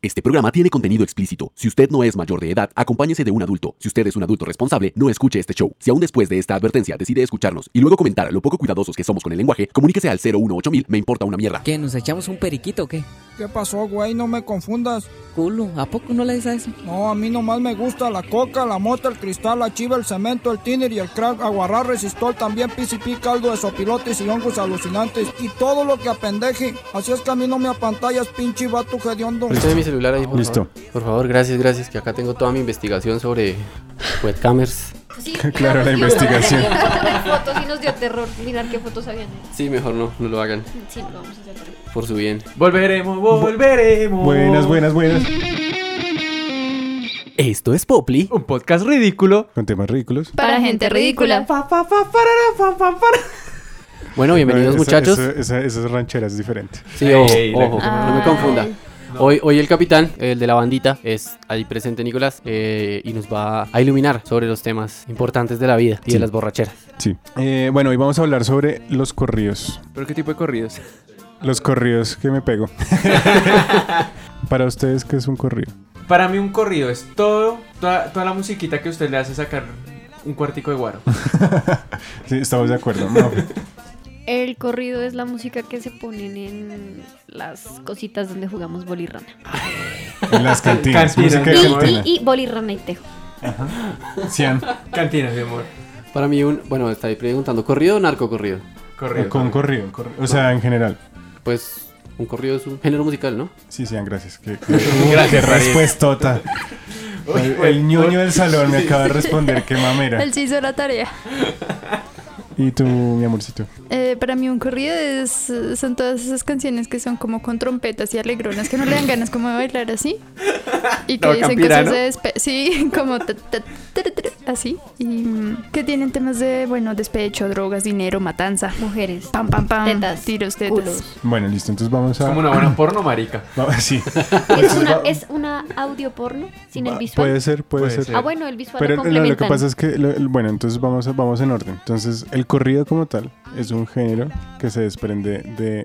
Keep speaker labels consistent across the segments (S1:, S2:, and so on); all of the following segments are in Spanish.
S1: Este programa tiene contenido explícito. Si usted no es mayor de edad, acompáñese de un adulto. Si usted es un adulto responsable, no escuche este show. Si aún después de esta advertencia decide escucharnos y luego comentar lo poco cuidadosos que somos con el lenguaje, comuníquese al 018000, me importa una mierda.
S2: ¿Qué? ¿Nos echamos un periquito o qué?
S3: ¿Qué pasó, güey? No me confundas.
S2: Culo, ¿a poco no le des a eso?
S3: No, a mí nomás me gusta la coca, la mota, el cristal, la chiva, el cemento, el tiner y el crack, aguarrá, resistol, también PCP, caldo de sopilotes y hongos alucinantes y todo lo que apendeje. Así es que a mí no me apantallas, pinche vato hediondo.
S4: Préstame mi celular ahí, por
S5: Listo.
S4: favor. Por favor, gracias, gracias, que acá tengo toda mi investigación sobre webcamers.
S6: Sí,
S5: Claro, la investigación.
S6: fotos y nos dio terror mirar qué fotos habían.
S4: Sí, mejor no, no lo hagan,
S6: Sí, no vamos a hacer terror.
S4: por su bien. Volveremos, volveremos.
S5: Buenas, buenas, buenas.
S2: Esto es Popli.
S4: Un podcast ridículo.
S5: Con temas ridículos.
S6: Para gente ridícula.
S4: Bueno, bienvenidos
S5: No, Ah, esa-
S4: muchachos.
S5: esa- esa- esas rancheras es diferente.
S4: Sí, ojo,
S7: Ey,
S4: ojo,
S6: la-
S4: no me confundan. Hoy, hoy el capitán, el de la bandita, es ahí presente Nicolás eh, y nos va a iluminar sobre los temas importantes de la vida y
S5: Sí.
S4: de las borracheras.
S5: Sí. Eh, bueno, hoy vamos a hablar sobre los corridos.
S7: ¿Pero qué tipo de corridos?
S5: Los corridos que me pego. Para ustedes, ¿qué es un corrido?
S7: Para mí un corrido es todo, toda, toda la musiquita que usted le hace sacar un cuartico de guaro.
S5: Sí, estamos de acuerdo. Mafe.
S6: El corrido es la música que se ponen en las cositas donde jugamos bolirrana.
S5: En las cantinas.
S7: Cantina,
S5: música
S7: ¿no?
S5: de
S7: Y-
S5: cantina.
S6: Y, y bolirrana y tejo.
S5: Cian,
S7: Cantina, mi amor.
S4: Para mí un, bueno, está ahí preguntando, ¿corrido o narco corrido?
S7: Corrido.
S5: con corrido. O sea, en general.
S4: Pues un corrido es un género musical, ¿no?
S5: Sí, Cian, gracias. Qué, qué- qué respuestota. El, el ñoño del salón me acaba de responder. Qué mamera.
S8: Él se hizo la tarea.
S5: ¿Y tú, mi amorcito?
S8: Eh, para mí un corrido es, eh, son todas esas canciones que son como con trompetas y alegronas que no le dan ganas como de bailar así. Y que
S7: No,
S8: dicen
S7: Campirano.
S8: cosas de despe sí, como ta- ta- ta- ta- ta- así. Y mm, que tienen temas de, bueno, despecho, drogas, dinero, matanza.
S6: Mujeres.
S8: Pam, pam, pam.
S6: Tetas.
S8: Tiros, tetas.
S6: Culos.
S5: Bueno, listo. Entonces vamos
S7: Es
S5: a.
S7: como una buena porno, marica.
S5: Va- Sí.
S6: Es una, es una audio porno sin el
S5: Va-
S6: visual.
S5: Puede ser, puede,
S7: Puede
S5: ser.
S7: ser.
S6: Ah, bueno, el visual
S5: Pero
S6: lo
S5: no, lo que
S6: complementan.
S5: pasa es que, lo- el- bueno, entonces vamos, a- vamos en orden. Entonces, el corrido como tal es un género que se desprende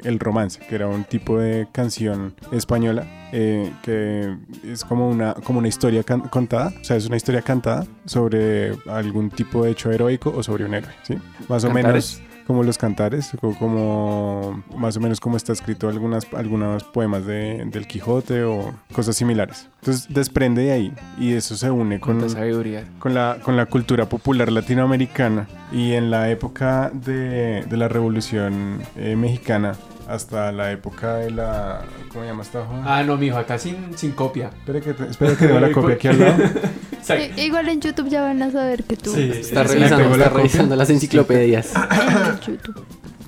S5: del romance, que era un tipo de canción española, eh, que es como una, como una historia can- contada, o sea, es una historia cantada sobre algún tipo de hecho heroico o sobre un héroe, ¿sí? Más o
S7: ¿Cantares?
S5: menos como los cantares, o como más o menos como está escrito algunas algunos poemas de, del Quijote o cosas similares. Entonces desprende de ahí y eso se une con,
S7: Cuánta sabiduría.
S5: con la, con la cultura popular latinoamericana y en la época de, de la Revolución eh, Mexicana hasta la época de la... ¿Cómo se llama esta joda?
S7: Ah, no, mijo, acá sin, sin copia.
S5: Espera que, te- espera que debo la copia aquí al lado.
S7: Sí.
S8: I- igual en YouTube ya van a saber que tú.
S7: Sí.
S4: Está
S5: Sí,
S4: revisando,
S5: tengo la
S4: está
S5: copia.
S4: revisando las enciclopedias.
S8: En el YouTube.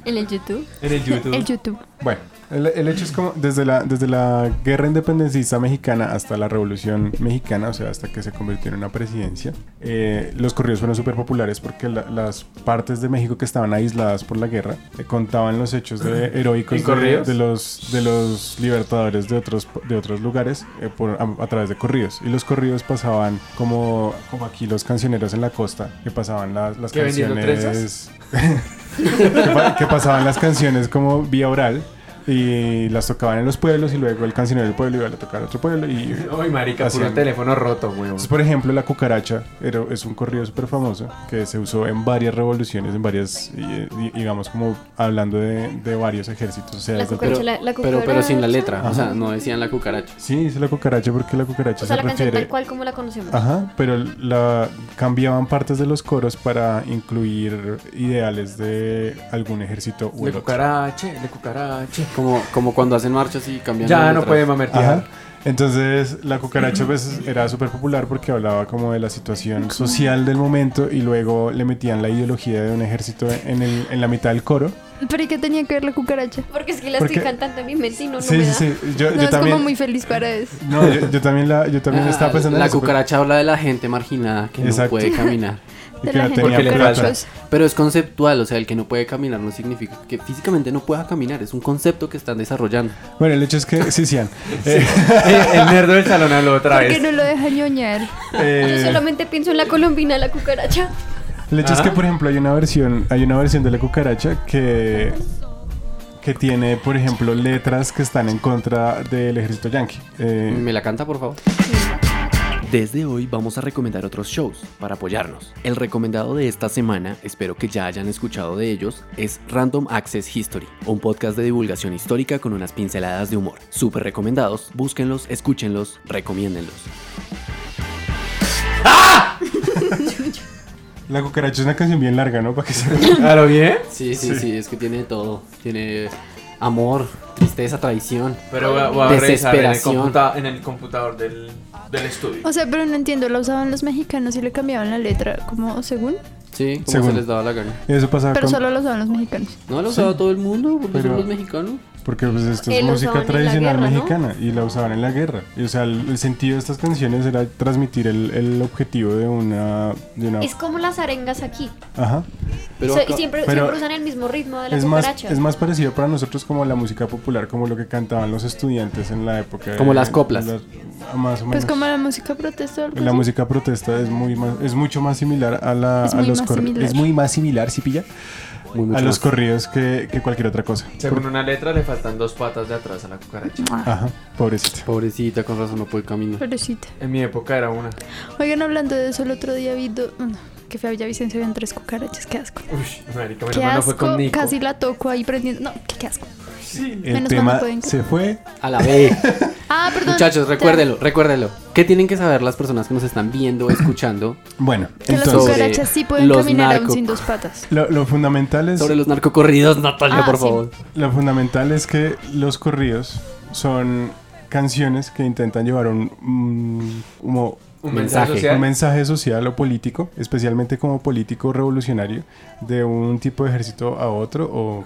S6: En el YouTube.
S7: En el YouTube.
S8: El YouTube.
S5: Bueno, el, el hecho es como desde la, desde la guerra independentista mexicana hasta la revolución mexicana, o sea, hasta que se convirtió en una presidencia, eh, los corridos fueron súper populares porque la- las partes de México que estaban aisladas por la guerra eh, contaban los hechos de
S7: ¿Y
S5: heroicos de,
S7: corridos?
S5: de los, de los libertadores de otros, de otros lugares eh, por- a, a través de corridos. Y los corridos pasaban como, como aquí los cancioneros en la costa, que pasaban las, las
S7: ¿Que vendiendo
S5: canciones... que, pa- que pasaban las canciones como vía oral y las tocaban en los pueblos y luego el cancionero del pueblo iba a tocar a otro pueblo y
S7: Ay, marica,
S5: Así
S7: puro
S5: es.
S7: teléfono roto, weón.
S5: entonces, por ejemplo, La Cucaracha era- es un corrido súper famoso que se usó en varias revoluciones, en varias, y, eh, di- digamos, como hablando de, de varios ejércitos. O sea,
S6: La
S5: desde-
S6: cucaracha.
S4: Pero,
S6: la
S4: pero, pero sin
S6: cucaracha.
S4: la letra, o sea, no decían la cucaracha.
S5: Sí, dice La Cucaracha porque La Cucaracha
S6: O sea,
S5: se
S6: la canción
S5: refiere...
S6: tal cual como la conocemos.
S5: Ajá, pero la, cambiaban partes de los coros para incluir ideales de algún ejército u el
S7: Le
S5: otro.
S7: cucarache, le cucarache.
S4: Como, como cuando hacen marchas y cambian.
S7: Ya
S4: las
S7: no
S4: letras.
S7: puede mamer.
S5: Ajá. Entonces, la cucaracha pues, era súper popular porque hablaba como de la situación social del momento y luego le metían la ideología de un ejército en, el- en la mitad del coro.
S8: ¿Pero y qué tenía que ver la cucaracha?
S6: Porque es que la
S5: Porque-
S6: estoy cantando en mi mente y no, no
S5: sí,
S6: me
S5: sí,
S6: da.
S5: sí. Yo,
S8: No
S5: yo
S8: es
S5: también.
S8: como muy feliz para eso.
S5: No, yo, yo también, la, yo también
S4: Ah,
S5: estaba pensando en
S4: la
S5: eso, pero-
S4: cucaracha habla de la gente marginada que
S5: Exacto.
S4: no puede caminar.
S5: y
S8: De
S5: que
S8: la
S5: no
S8: gente
S5: tenía
S7: Porque le
S5: plata.
S7: falta.
S8: cucarachos.
S4: Pero es conceptual, o sea, el que no puede caminar no significa que físicamente no pueda caminar, es un concepto que están desarrollando.
S5: Bueno, el hecho es que sí, Cian. Eh,
S7: el nerd del salón habló otra
S8: Porque
S7: vez.
S8: no lo deja ñoñar.
S5: eh,
S6: Yo solamente pienso en la colombina, la cucaracha.
S4: Ah.
S5: el hecho es que, por ejemplo, hay una versión, hay una versión de la cucaracha que, que que tiene, por ejemplo, letras que están en contra del ejército yankee. Eh,
S4: ¿Me la canta, por favor? Desde hoy vamos a recomendar otros shows para apoyarnos. El recomendado de esta semana, espero que ya hayan escuchado de ellos, es Random Access History, un podcast de divulgación histórica con unas pinceladas de humor. Súper recomendados, búsquenlos, escúchenlos, recomiéndenlos.
S5: la cucaracha es una canción bien larga, ¿no? Para que se...
S7: Claro, bien.
S4: Sí, sí, sí, es que tiene todo. Tiene amor, tristeza, traición.
S7: Pero voy a, voy a revisar en el,
S4: Desesperación.
S7: computa- en el computador del, del estudio.
S8: O sea, pero no entiendo, la usaban los mexicanos y le cambiaban la letra, como según,
S4: Sí, como
S5: Según.
S4: se les daba la gana.
S5: Eso pasaba
S8: pero
S5: con...
S8: solo la usaban los mexicanos.
S4: No lo usaba todo el mundo porque
S5: Pero-
S4: son los mexicanos.
S5: Porque pues esto
S6: Eh,
S5: es
S6: la
S5: música
S6: usaban en la
S5: tradicional
S6: guerra, ¿no?
S5: mexicana y la usaban en la guerra. Y, o sea, el, el sentido de estas canciones era transmitir el, el objetivo de una... De una...
S6: Es como las arengas aquí.
S5: Ajá.
S4: Pero
S6: So-
S4: acá-
S6: siempre,
S5: pero-
S6: siempre usan el mismo ritmo de la
S5: Es más,
S6: cucaracha.
S5: es más parecido para nosotros como la música popular, como lo que cantaban los estudiantes en la época. de-
S4: Como las coplas.
S5: de- más o menos.
S8: Pues como la música protesta o algo
S5: La
S8: así.
S5: música protesta es muy más, es mucho más similar a la
S8: Es
S5: a
S8: muy
S5: los
S8: más
S5: cor-
S8: similar.
S5: es muy más similar si pilla
S4: Muy mucho
S5: a los
S4: más.
S5: corridos que, que cualquier otra cosa.
S7: Según una letra, le faltan dos patas de atrás a la cucaracha.
S8: Ah,
S5: Ajá, pobrecito.
S4: Pobrecita, con razón no puede caminar.
S8: Pobrecita.
S7: En mi época era una.
S8: Oigan, hablando de eso, el otro día vi do- no, que fue a Villavicencio habían tres cucarachas, qué asco.
S7: Uy, marica, mi
S8: Qué
S7: hermano
S8: asco,
S7: fue con Nico.
S8: casi la toco ahí prendiendo. No, qué, qué asco.
S7: Sí.
S5: El
S8: Menos mal no
S5: tema
S8: pueden-
S5: se fue.
S4: A la vez.
S8: Ah, perdón.
S4: Muchachos,
S8: Ya.
S4: recuérdenlo, recuérdenlo. ¿Qué tienen que saber las personas que nos están viendo, escuchando
S5: Bueno,
S8: Que las
S5: entonces
S4: Sobre
S8: cucarachas sí pueden
S4: los
S8: caminar aún
S4: narco-
S8: sin dos patas.
S5: lo, lo fundamental es
S4: sobre los narcocorridos, Natalia,
S8: Ah,
S4: por
S8: sí.
S4: favor?
S5: lo fundamental es que los corridos son canciones que intentan llevar un mm, como
S7: Un mensaje,
S4: Mensaje.
S7: social.
S5: un mensaje social o político, especialmente como político revolucionario, de un tipo de ejército a otro o,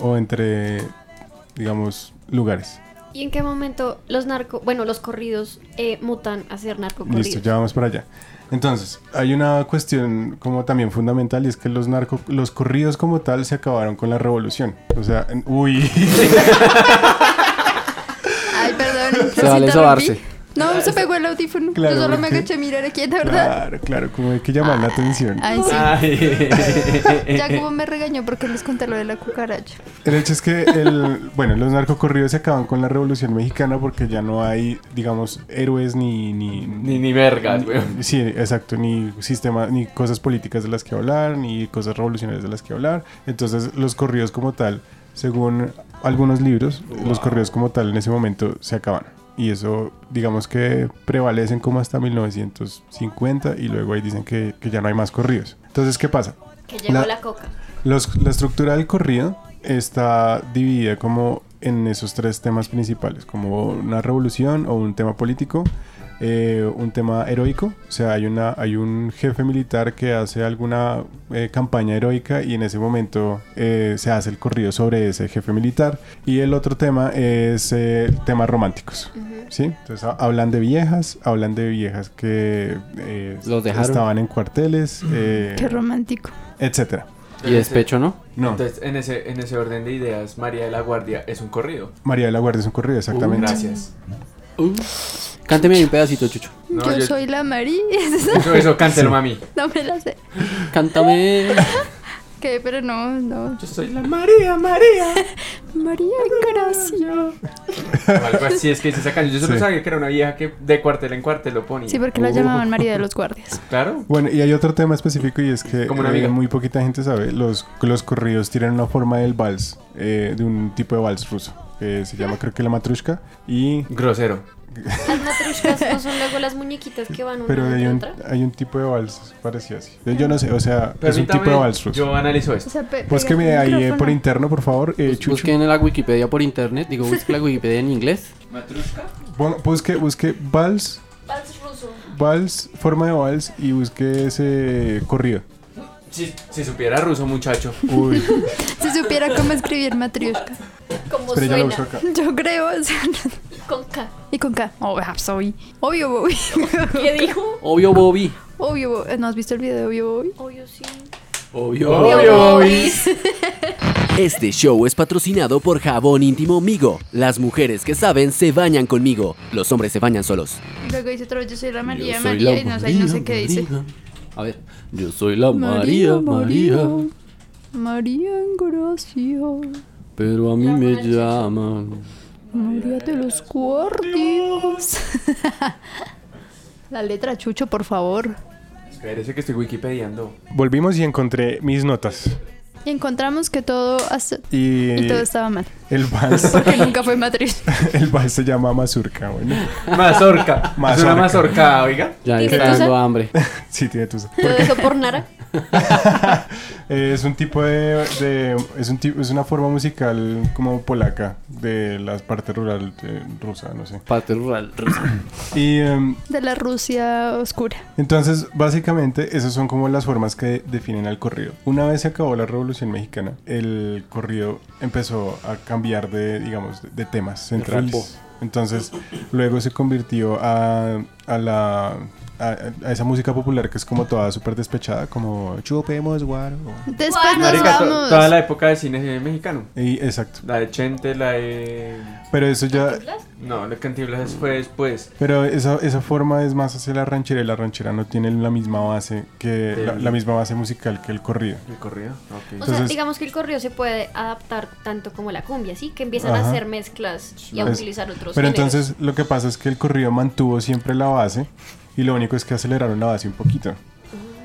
S5: o entre, digamos, lugares.
S6: ¿Y en qué momento los narco, bueno, los corridos eh, mutan a ser narcocorridos?
S5: Listo, ya vamos para allá. Entonces, hay una cuestión como también fundamental y es que los narco, los corridos como tal se acabaron con la revolución. O sea, en- uy,
S8: Ay, perdón.
S4: Se vale
S8: interrumpí.
S4: sobarse.
S8: No, se pegó el audífono.
S5: Claro, Ah,
S8: Yo solo me
S5: porque-
S8: agaché a mirar aquí, la verdad. Ah,
S5: claro, claro, como hay que llamar la atención.
S8: Ay, sí.
S7: Ay. eh,
S8: Jacobo me regañó porque les conté lo de la cucaracha.
S5: El hecho es que el, bueno, los narcocorridos se acaban con la revolución mexicana porque ya no hay, digamos, héroes ni, ni,
S7: Ni, ni
S5: Mm,
S7: vergas, weón.
S5: Sí, exacto, ni sistema, ni cosas políticas de las que hablar, ni cosas revolucionarias de las que hablar. Entonces, los corridos como tal, según algunos libros, los corridos como tal en ese momento se acaban. Y eso, digamos que prevalecen como hasta 1950 y luego ahí dicen que, que ya no hay más corridos. Entonces, ¿qué pasa?
S6: Que llegó
S5: La-
S6: la, coca.
S5: Los- la estructura del corrido está dividida como en esos tres temas principales, como una revolución o un tema político, eh, un tema heroico, o sea, hay, una, hay un jefe militar que hace alguna eh, campaña heroica y en ese momento eh, se hace el corrido sobre ese jefe militar. Y el otro tema es eh, temas románticos, ¿sí? Entonces ha- hablan de viejas, hablan de viejas que eh,
S4: Los dejaron.
S5: estaban en cuarteles, eh,
S8: Qué romántico.
S5: etcétera.
S4: Y despecho, ¿no?
S5: No.
S7: Entonces, en ese, en ese orden de ideas, María de la Guardia es un corrido.
S5: María de la Guardia es un corrido, exactamente.
S7: Gracias.
S4: Cánteme ahí un pedacito, Chucho.
S7: No,
S8: yo,
S7: yo-
S8: soy la María.
S7: Eso, eso cántelo, mami.
S8: no me la sé.
S4: Cántame.
S8: ¿Qué? Pero no, no.
S7: Yo soy la María, María.
S8: María, gracias.
S7: O algo así es que dice esa canción. Yo solo
S5: Sí.
S7: sabía que era una vieja que de cuartel en cuartel lo ponía.
S8: Sí, porque la llamaban María de los Guardias.
S7: Claro.
S5: Bueno, y hay otro tema específico y es que
S7: Como una
S5: eh,
S7: amiga.
S5: muy poquita gente sabe, los, los corridos tienen una forma del vals, eh, de un tipo de vals ruso, que se llama creo que la matrushka, y...
S7: Grosero.
S6: Las matrushkas no son luego las muñequitas que van una
S5: Pero hay
S6: entre
S5: un,
S6: otra.
S5: hay un tipo de vals parecido así. Yo no sé, o sea, es un tipo de vals ruso.
S7: yo analizo
S8: O
S7: esto.
S8: sea, pe-
S5: Búsqueme
S8: pégate
S5: ahí eh,
S8: el
S5: por
S8: micrófono.
S5: interno, por favor, eh,
S4: Bus-
S5: Chucho.
S4: Busquen en la Wikipedia por internet. Digo, busquen la Wikipedia en inglés.
S7: ¿Matrushka?
S5: Bueno, busque, busque vals,
S6: ruso.
S5: vals, forma de vals y busque ese corrido.
S7: Si, si supiera ruso, muchacho.
S5: Uy,
S8: Si supiera cómo escribir matrioshka.
S6: Como
S5: pero ya lo busco
S6: suena.
S5: acá.
S8: Yo creo. o sea, no-
S6: Con K.
S8: y con K. Oh, ah, soy. Obvio, Bobby.
S6: ¿Qué dijo?
S4: Obvio, Bobby.
S8: Obvio, Bobby. ¿No has visto el video de Obvio, Bobby?
S6: Obvio sí.
S4: Obvio.
S2: Este show es patrocinado por Jabón Íntimo Migo. Las mujeres que saben se bañan conmigo. Los hombres se bañan solos.
S8: Y luego dice otra vez, yo soy la María,
S4: Yo soy
S8: María,
S4: la
S8: y no sé, y no sé
S4: María,
S8: qué dice.
S4: María. A ver. Yo soy la María, María.
S8: María, gracias.
S4: pero a mí me llaman.
S8: María de los cuartos. La letra, Chucho, por favor.
S7: Espérese que estoy wikipediando.
S5: Volvimos y encontré mis notas.
S8: Y encontramos que todo hasta-
S5: Y,
S8: y todo estaba mal.
S5: el vals,
S8: Porque nunca fue matriz.
S5: el vals se llama Mazurca, bueno.
S7: Mazorca. Es una
S5: Mazorca.
S7: mazorca, oiga.
S4: Ya
S8: ¿Tiene
S4: está dando
S8: tusa?
S4: hambre.
S5: Sí, tiene tus...
S6: Lo dejo por Nara.
S5: Eh, es un tipo de, de- es un tipo es una forma musical como polaca de la parte rural eh, rusa no sé
S4: Parte rural.
S5: y em,
S8: De la Rusia oscura.
S5: entonces básicamente esas son como las formas que definen al corrido una vez se acabó la revolución mexicana el corrido empezó a cambiar de digamos de, de temas
S4: rumbo.
S5: centrales entonces luego se convirtió a, a la a, a esa música popular que es como toda súper despechada como chupemos guaro
S8: Después nos
S7: Marica, to-
S8: vamos.
S7: toda la época de cine mexicano.
S5: y exacto
S7: La de Chente, la de.
S5: pero eso ya
S7: No, la de Cantinflas fue después.
S5: Pero esa, esa forma es más hacia la ranchera y la ranchera no tiene la misma base que la, la misma base musical que el corrido.
S7: El corrido.
S6: O
S7: Ok.
S6: sea,
S5: Entonces-
S6: digamos que el corrido se puede adaptar tanto como la cumbia, ¿sí? Que empiezan
S5: Ajá.
S6: a hacer mezclas y a
S5: Es-
S6: utilizar otros
S5: Pues, Pero
S6: géneros.
S5: entonces lo que pasa es que el corrido mantuvo siempre la base y lo único es que aceleraron la base un poquito.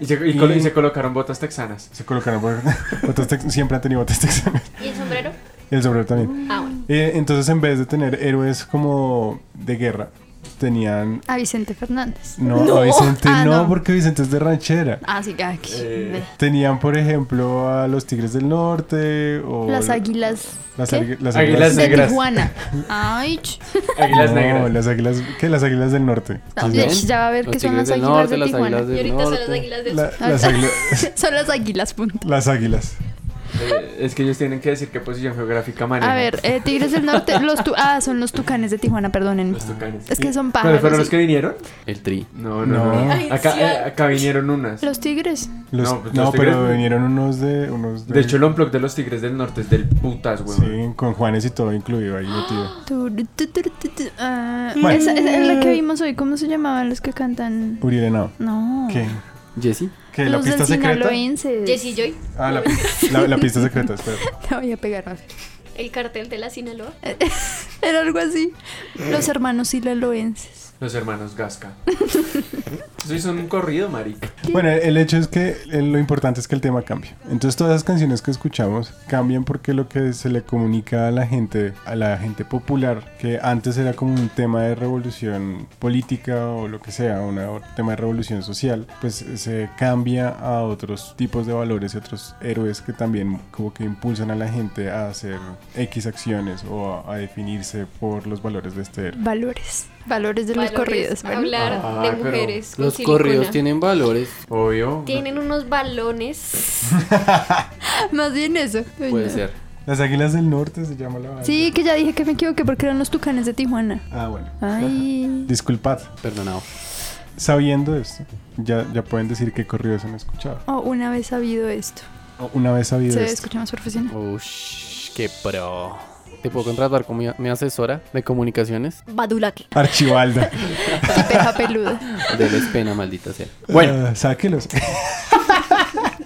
S7: Y se, y colo- y se colocaron botas texanas.
S5: Se colocaron por- botas tex- siempre han tenido botas texanas.
S6: ¿Y el sombrero?
S5: Y el sombrero también.
S9: Mm.
S6: Ah, bueno.
S5: Eh, entonces en vez de tener héroes como de guerra, tenían...
S8: A Vicente Fernández.
S5: No, a Vicente
S8: Ah,
S5: no,
S8: no.
S5: porque Vicente es de ranchera.
S8: Ah, sí, aquí.
S7: Eh,
S5: Tenían, por ejemplo, a los Tigres del Norte o...
S8: Las águilas.
S5: Las,
S8: ¿qué?
S5: águil- las
S7: Águilas
S8: De
S7: negras.
S8: Tijuana. Ay, ch-
S7: águilas
S5: no,
S7: negras.
S5: las águilas, ¿qué? Las águilas del norte.
S8: no, ya va a ver que son
S4: tigres
S8: las
S4: del
S8: águilas
S4: norte,
S8: de
S4: las
S8: Tijuana.
S4: águilas
S6: Y
S4: del
S6: ahorita son las
S4: norte.
S6: águilas del
S5: La-
S6: sur.
S5: las, águila-
S8: Son las águilas, punto.
S5: las águilas.
S7: Eh, es que ellos tienen que decir qué posición geográfica manejan.
S8: A ver, eh, Tigres del Norte, los tu- ah, son los tucanes de Tijuana, perdónenme.
S7: Los tucanes.
S8: Es que
S7: ¿Cuáles
S8: son pájaros.
S7: fueron los
S8: sí.
S7: que vinieron?
S4: El tri.
S7: No, no, no.
S5: No.
S6: Ay,
S7: Acá,
S6: sí.
S7: eh, acá vinieron unas.
S8: Los tigres.
S5: Los-
S7: No,
S5: no,
S7: pues los
S5: pero
S7: tigres-
S5: vinieron unos de... Unos
S7: De hecho, el unplug de los Tigres del Norte es del putas, güey.
S5: Sí, con Juanes y todo incluido ahí metido.
S8: Tu- tu- tu- tu- tu- ah,
S5: Bueno.
S8: Esa esa es
S6: Mm.
S8: la que vimos hoy. ¿Cómo se llamaban los que cantan?
S5: Uribe no.
S8: No.
S5: ¿Qué?
S4: Jesse.
S5: ¿Qué? ¿La
S8: Los del
S5: pista secreta?
S8: sinaloenses.
S6: Jesse Joy,
S5: Ah, la, la- la pista secreta, espera.
S8: Te voy a pegar. Rafa.
S6: el cartel de la Sinaloa.
S8: Era algo así. Los hermanos sinaloenses.
S7: Los hermanos Gasca. Eso hizo un corrido, marica.
S5: Bueno, el hecho es que eh, lo importante es que el tema cambia. Entonces todas las canciones que escuchamos cambian porque lo que se le comunica a la gente, a la gente popular, que antes era como un tema de revolución política o lo que sea, una- un tema de revolución social, pues se cambia a otros tipos de valores y otros héroes que también como que impulsan a la gente a hacer X acciones o a, a definirse por los valores de este héroe.
S8: Valores. Valores de
S6: Valores,
S8: los corridos. ¿verdad?
S6: Hablar
S7: Ah,
S6: de
S7: pero
S6: mujeres con
S4: Los
S6: silicona.
S4: corridos tienen valores.
S7: Obvio.
S6: Tienen unos balones.
S8: Más bien eso. Ay,
S4: Puede
S8: no.
S4: ser.
S5: Las Águilas del Norte se llama la banda.
S8: Sí, que ya dije que me equivoqué porque eran los tucanes de Tijuana.
S5: Ah, bueno.
S8: Ay.
S5: Disculpad.
S4: Perdonado.
S5: Sabiendo esto, ya, ya pueden decir qué corridos han escuchado.
S8: Oh, una vez sabido esto.
S5: Una vez sabido
S8: Se
S5: esto.
S8: escucha más profesional.
S4: Ush, qué pro. ¿Te puedo contratar como mi- mi asesora de comunicaciones?
S6: Badulaque.
S5: Archibalda.
S8: Y peja peluda.
S4: Deles pena, maldita sea.
S5: bueno, Ah, sáquelos.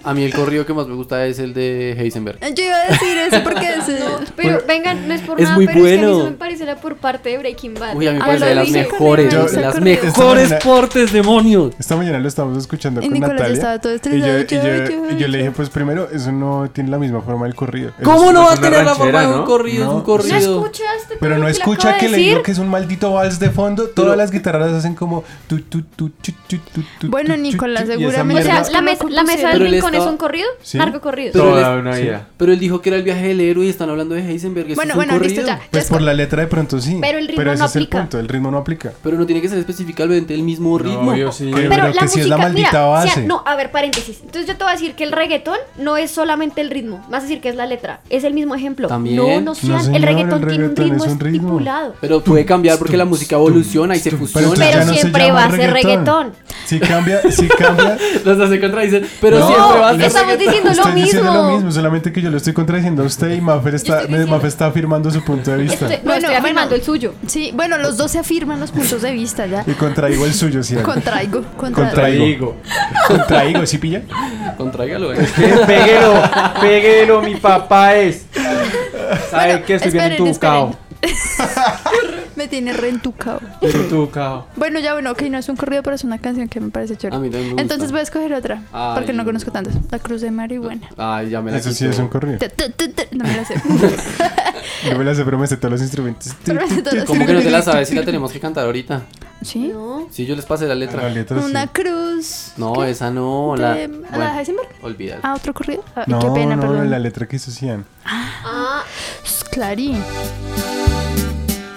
S4: A mí el corrido que más me gusta es el de Heisenberg.
S8: Yo iba a decir eso porque es.
S6: Pero vengan, no es por
S4: Es
S6: nada,
S4: muy
S6: pero es que a mí
S4: bueno.
S6: eso me parece la por parte de Breaking Bad.
S4: Uy, a mí me
S6: Ah,
S4: parece
S6: lo
S4: de las
S6: dije.
S4: mejores,
S5: Yo-
S4: de las
S8: Yo-
S4: mejores
S5: Yo-
S4: portes, demonios.
S5: Esta mañana lo estábamos escuchando
S8: Y
S5: con
S8: Nicolás ya
S5: Natalia.
S8: estaba todo
S5: y yo,
S8: estresado.
S5: y yo-
S8: Yo-
S5: y yo
S8: yo-
S5: le dije, pues primero, eso no tiene la misma forma del corrido. Eso
S4: ¿Cómo
S5: es-
S4: no va a
S7: es una
S4: tener la forma de
S7: ranchera,
S4: un
S7: ¿no?
S4: corrido? Es un
S5: No.
S6: ¿No
S4: corrido.
S6: escuchaste?
S5: Pero
S6: todo
S5: no
S6: lo que le
S5: escucha
S6: acabo
S5: que
S6: de
S5: le digo
S6: decir?
S5: que es un maldito vals de fondo. Todas las guitarras hacen como tu, tu, tu, tu, tu, tu, tu,
S8: Bueno,
S5: tu, tu,
S8: Nicolás,
S5: tu, y esa
S8: seguramente-
S6: O
S5: mierda-
S6: sea,
S8: Pero-
S6: la, mesa- la mesa
S4: Pero
S6: del
S4: él
S6: rincón es
S4: estaba-
S6: un corrido,
S5: Sí.
S6: largo corrido.
S4: Pero
S7: Toda
S4: él es-
S7: una vida.
S4: Pero él dijo que era el viaje del héroe y están hablando de Heisenberg. ¿eso
S8: Bueno,
S4: es un
S8: bueno, listo
S4: corrido?
S8: ya.
S5: Pues por la letra de pronto sí.
S6: Pero el ritmo
S5: ese
S6: no
S5: es el
S6: aplica.
S5: punto, el ritmo no aplica.
S4: Pero no tiene que ser específicamente el mismo ritmo.
S7: No, yo sí.
S5: Pero-
S6: Pero
S5: que
S6: la
S5: sí
S6: música,
S5: es la maldita
S6: mira, o sea,
S5: base.
S6: no, a ver, paréntesis. Entonces yo te voy a decir que el reggaetón no es solamente el ritmo, vas a decir que es la letra, es el mismo ejemplo.
S4: También.
S6: No, no sean,
S5: señor,
S6: el reggaetón
S5: el
S6: tiene un
S5: reggaetón
S6: ritmo
S5: es un ritmo.
S6: estipulado.
S4: Pero puede cambiar porque la música evoluciona y se fusiona.
S5: entonces
S6: Pero
S5: ya no se
S6: siempre
S5: llama
S6: va a ser reggaetón.
S5: Si cambia, si cambia,
S4: Los hace contradicen. Pero
S5: No,
S4: siempre va a ser.
S6: estamos diciendo lo
S5: Estoy diciendo
S6: mismo.
S5: lo mismo, solamente que yo lo estoy contradiciendo a usted y Mafer está,
S6: estoy diciendo-
S5: Mafer está afirmando su punto de vista.
S6: Estoy- no,
S8: Bueno,
S6: estoy afirmando
S8: bueno.
S6: el suyo.
S8: Sí, bueno, los dos se afirman los puntos de vista ya.
S5: Y contraigo el suyo, ¿sí?
S8: Contraigo. Contra...
S5: Contraigo. Contraigo, ¿sí pilla?
S4: Contráigalo, eh.
S7: Péguelo, péguelo, mi papá es. ¿Sabe qué? Estoy bien
S8: esperen,
S7: entucao.
S8: Me tiene re entucado.
S7: Bien entucao.
S8: Bueno, ya bueno, ok, no es un corrido, pero es una canción que me parece chévere.
S4: A mí también me gusta.
S8: Entonces voy a escoger otra,
S4: Ay.
S8: porque no conozco tantas. La cruz de marihuana.
S4: Ay, ya me la
S5: Eso sí es
S4: quitó.
S5: un corrido.
S8: Te- te- te- te- No me la sé.
S5: Yo me la sé, pero me sé todos los instrumentos.
S8: Pero me sé todos los
S4: ¿Cómo que no te la sabes si la tenemos que cantar ahorita?
S8: ¿Sí?
S4: Si yo les pasé la letra.
S5: La letra sí.
S8: Una cruz.
S4: No, esa no. La...
S8: de- eh, ¿A la Ah, de
S4: Bueno,
S8: Heisenberg?
S4: olvídalo.
S8: ¿A otro corrido? Ay,
S5: No,
S8: qué pena,
S5: no,
S8: perdón.
S5: la letra que hizo Cian.
S8: Clarín.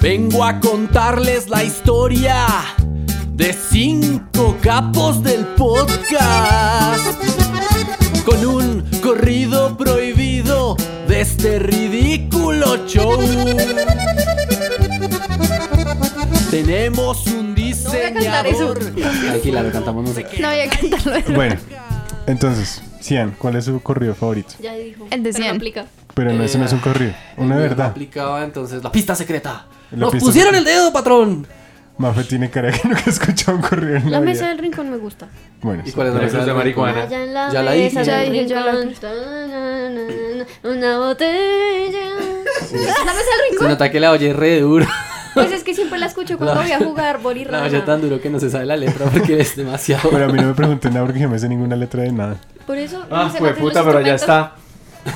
S2: Vengo a contarles la historia de cinco capos del podcast. Con un corrido prohibido de este ridículo show. Tenemos un diseñador.
S4: Tranquila, lo cantamos nosotros.
S8: No voy a cantarlo. de nuevo.
S5: Bueno, entonces, Cian, ¿cuál es su corrido favorito?
S6: Ya dijo.
S8: El de
S6: Pero no
S8: cien.
S6: aplica.
S5: Pero no, eso no es un corrido. Una
S4: No
S5: verdad.
S4: aplicaba entonces la pista secreta.
S5: La
S4: ¡Nos
S5: pista
S4: pusieron
S5: secreta.
S4: el dedo, patrón!
S5: Mafe tiene cara que nunca ha escuchado un corrido en
S6: La
S5: la
S6: mesa
S5: vida.
S6: del rincón me gusta.
S5: Bueno,
S4: ¿Y
S5: sí.
S4: cuál es la
S7: Eso es de
S4: letra?
S7: marihuana.
S6: Allá en la
S4: Ya la
S6: mesa
S4: dije.
S8: Ya
S6: del
S8: dije, yo la
S6: rincón, tananana, Una botella. La mesa del
S4: Se
S6: rincón.
S4: nota que la oye re duro.
S6: Pues es que siempre la escucho cuando
S4: La-
S6: voy a jugar
S4: La
S6: bolirrana.
S4: oye tan duro que no se sabe la letra porque es demasiado.
S5: Pero a mí no me pregunten nada porque yo me sé ninguna letra de nada.
S6: Por eso. no
S7: Ah,
S6: sé
S7: fue
S6: cuál es los
S7: puta, pero ya
S6: instrumentos,
S7: está.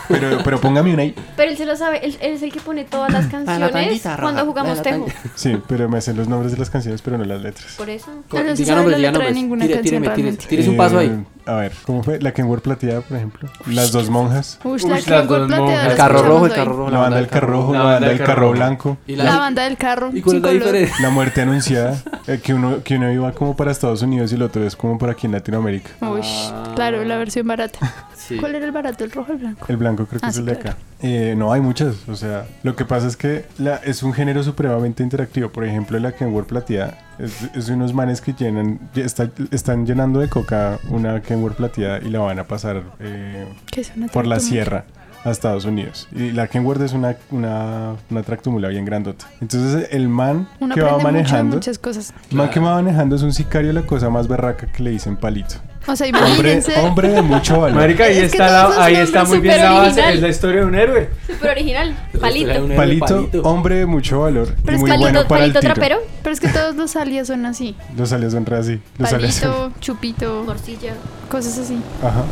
S5: Pero, pero póngame una ahí.
S6: Pero él se lo sabe. Él, él es el que pone todas las canciones
S4: tanguita roja,
S6: cuando
S4: la
S6: jugamos tejo.
S5: Sí, pero me sé los nombres de las canciones, pero no las letras.
S6: Por eso.
S8: Pero sí
S4: Diga
S8: sabe
S4: nombres,
S8: la
S4: diga
S8: letra de
S4: nombres.
S8: ninguna
S4: Tire,
S8: canción
S4: tíreme, tire-
S8: realmente.
S4: tires un paso ahí.
S5: Eh, A ver, ¿cómo fue? La Kenworth plateada, por ejemplo. Las dos monjas.
S8: Ush,
S7: Ush,
S8: la
S7: las
S8: que fue
S7: dos
S8: plateada,
S7: monjas.
S8: la
S4: El carro
S8: escuchamos
S4: rojo, el
S8: hoy.
S4: carro rojo.
S5: La banda del carro rojo, la banda del carro blanco.
S4: Y
S8: La banda del carro.
S4: ¿Y cuál es la
S8: sin color.
S4: diferencia?
S5: La muerte anunciada, eh, que, uno, que uno iba como para Estados Unidos y el otro es como para aquí en Latinoamérica.
S8: Ush, claro, la versión barata.
S4: Ah. Sí.
S8: ¿Cuál era el barato? ¿El rojo o el blanco?
S5: El blanco creo que
S8: Ah,
S5: es
S8: sí,
S5: el de
S8: claro.
S5: acá. Eh, no, hay muchas. O sea, lo que pasa es que la, es un género supremamente interactivo. Por ejemplo, la Kenworth plateada es, es de unos manes que llenan, ya está- están llenando de coca una Kenworth plateada y la van a pasar eh,
S8: Que suena
S5: por la
S8: tanto más.
S5: sierra a Estados Unidos. Y la Kenworth es una, una, una tractomula bien grandota. Entonces el man
S8: Uno
S5: que va
S8: aprende mucho de
S5: manejando...
S8: muchas cosas.
S5: el man que va manejando es un sicario, la cosa más berraca que le dicen palito.
S8: O sea,
S5: Hombre,
S8: imagínense.
S5: hombre de mucho valor.
S7: Marica, ahí
S8: Es que
S7: está,
S8: todos
S7: la-
S8: esos
S7: ahí
S8: nombres
S7: está muy bien la
S6: súper
S7: base.
S6: original.
S7: Es la historia de un héroe.
S6: Súper original. Palito.
S4: Un héroe
S5: Palito, hombre de mucho valor.
S8: Pero
S5: y
S8: es
S5: muy
S8: palito-
S5: bueno para
S6: palito
S5: el tiro.
S6: trapero.
S8: Pero es que todos los alias son así.
S5: Los alias son re así. Los alias son-
S8: Palito, chupito,
S6: Morcilla.
S8: cosas así.
S5: Ajá.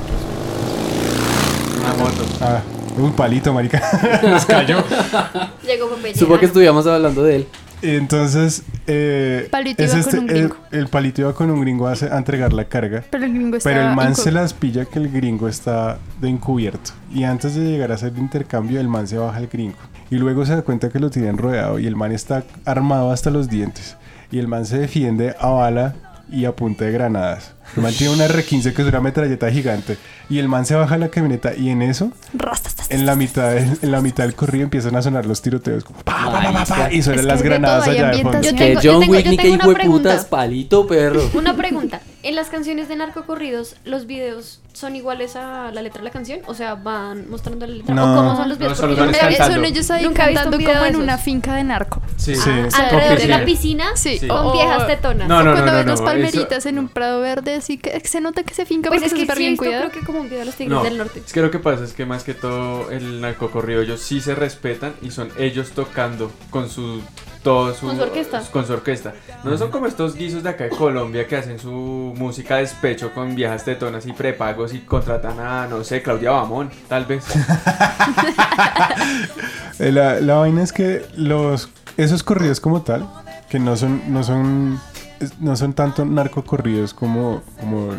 S7: Una moto.
S5: Ah, un palito, marica.
S6: Llegó Popeye.
S4: Supongo que
S6: Ah,
S4: estuviéramos hablando de él.
S5: Entonces, eh,
S8: Palito
S5: es
S8: iba
S5: este-
S8: con un
S5: el,
S8: gringo.
S5: el palito iba con un gringo a, hacer- a entregar la carga.
S8: Pero el gringo está.
S5: Pero el man
S8: inco-
S5: se las pilla que el gringo está de encubierto. Y antes de llegar a hacer el intercambio, el man se baja al gringo. Y luego se da cuenta que lo tienen rodeado y el man está armado hasta los dientes. Y el man se defiende a bala y a punta de granadas. El man tiene una R15 que es una metralleta gigante. Y el man se baja a la camioneta y en eso,
S8: Rastas,
S5: en la mitad del, en la mitad del corrido empiezan a sonar los tiroteos. Como pa, pa, pa, pa, pa, y
S8: Es
S5: suenan
S8: que
S5: las
S8: es de
S5: granadas
S8: todo, hay
S5: allá de fondo.
S8: ambientación.
S6: Yo
S4: Que
S6: tengo- yo
S4: John
S6: tengo- yo
S4: Wick y que
S6: tengo una
S4: hijo de putas,
S6: pregunta.
S4: palito, perro.
S6: Una pregunta. En las canciones de narcocorridos, ¿los videos son iguales a la letra de la canción? O sea, van mostrando la letra.
S5: No.
S6: ¿O cómo son los videos?
S7: No, solo
S6: Porque
S7: van
S6: yo me-
S8: Pero que son
S7: cantando.
S8: ellos ahí
S6: Nunca he visto un
S8: cantando
S6: video
S8: como
S6: de
S8: en
S6: esos.
S8: una finca de narco.
S7: Sí.
S5: Sí, es
S6: Ah, Alrededor de
S7: Con
S6: la
S7: piscina.
S6: piscina
S8: Sí. Oh,
S7: Sí.
S6: con
S8: O-
S6: viejas tetonas.
S7: No, no,
S8: cuando
S7: no,
S8: ves
S7: no,
S8: las
S7: eso-
S8: palmeritas en un prado verde, así que se nota que se finca
S6: Pues
S8: porque
S6: es que
S8: es súper
S6: sí, he
S8: bien
S6: visto, creo
S8: cuidado.
S6: que como un video de los tigres
S7: No,
S6: del norte.
S7: es que lo que pasa es que más que todo el narcocorrido ellos sí se respetan y son ellos tocando con su todo su
S6: Con su orquesta.
S7: con su orquesta. No son como estos guisos de acá de Colombia que hacen su música a despecho con viejas tetonas y prepagos y contratan a no sé, Claudia Bamón, tal vez.
S5: Eh, La, la vaina es que los esos corridos como tal, que no son, no son, es- no son tanto narcocorridos como, como,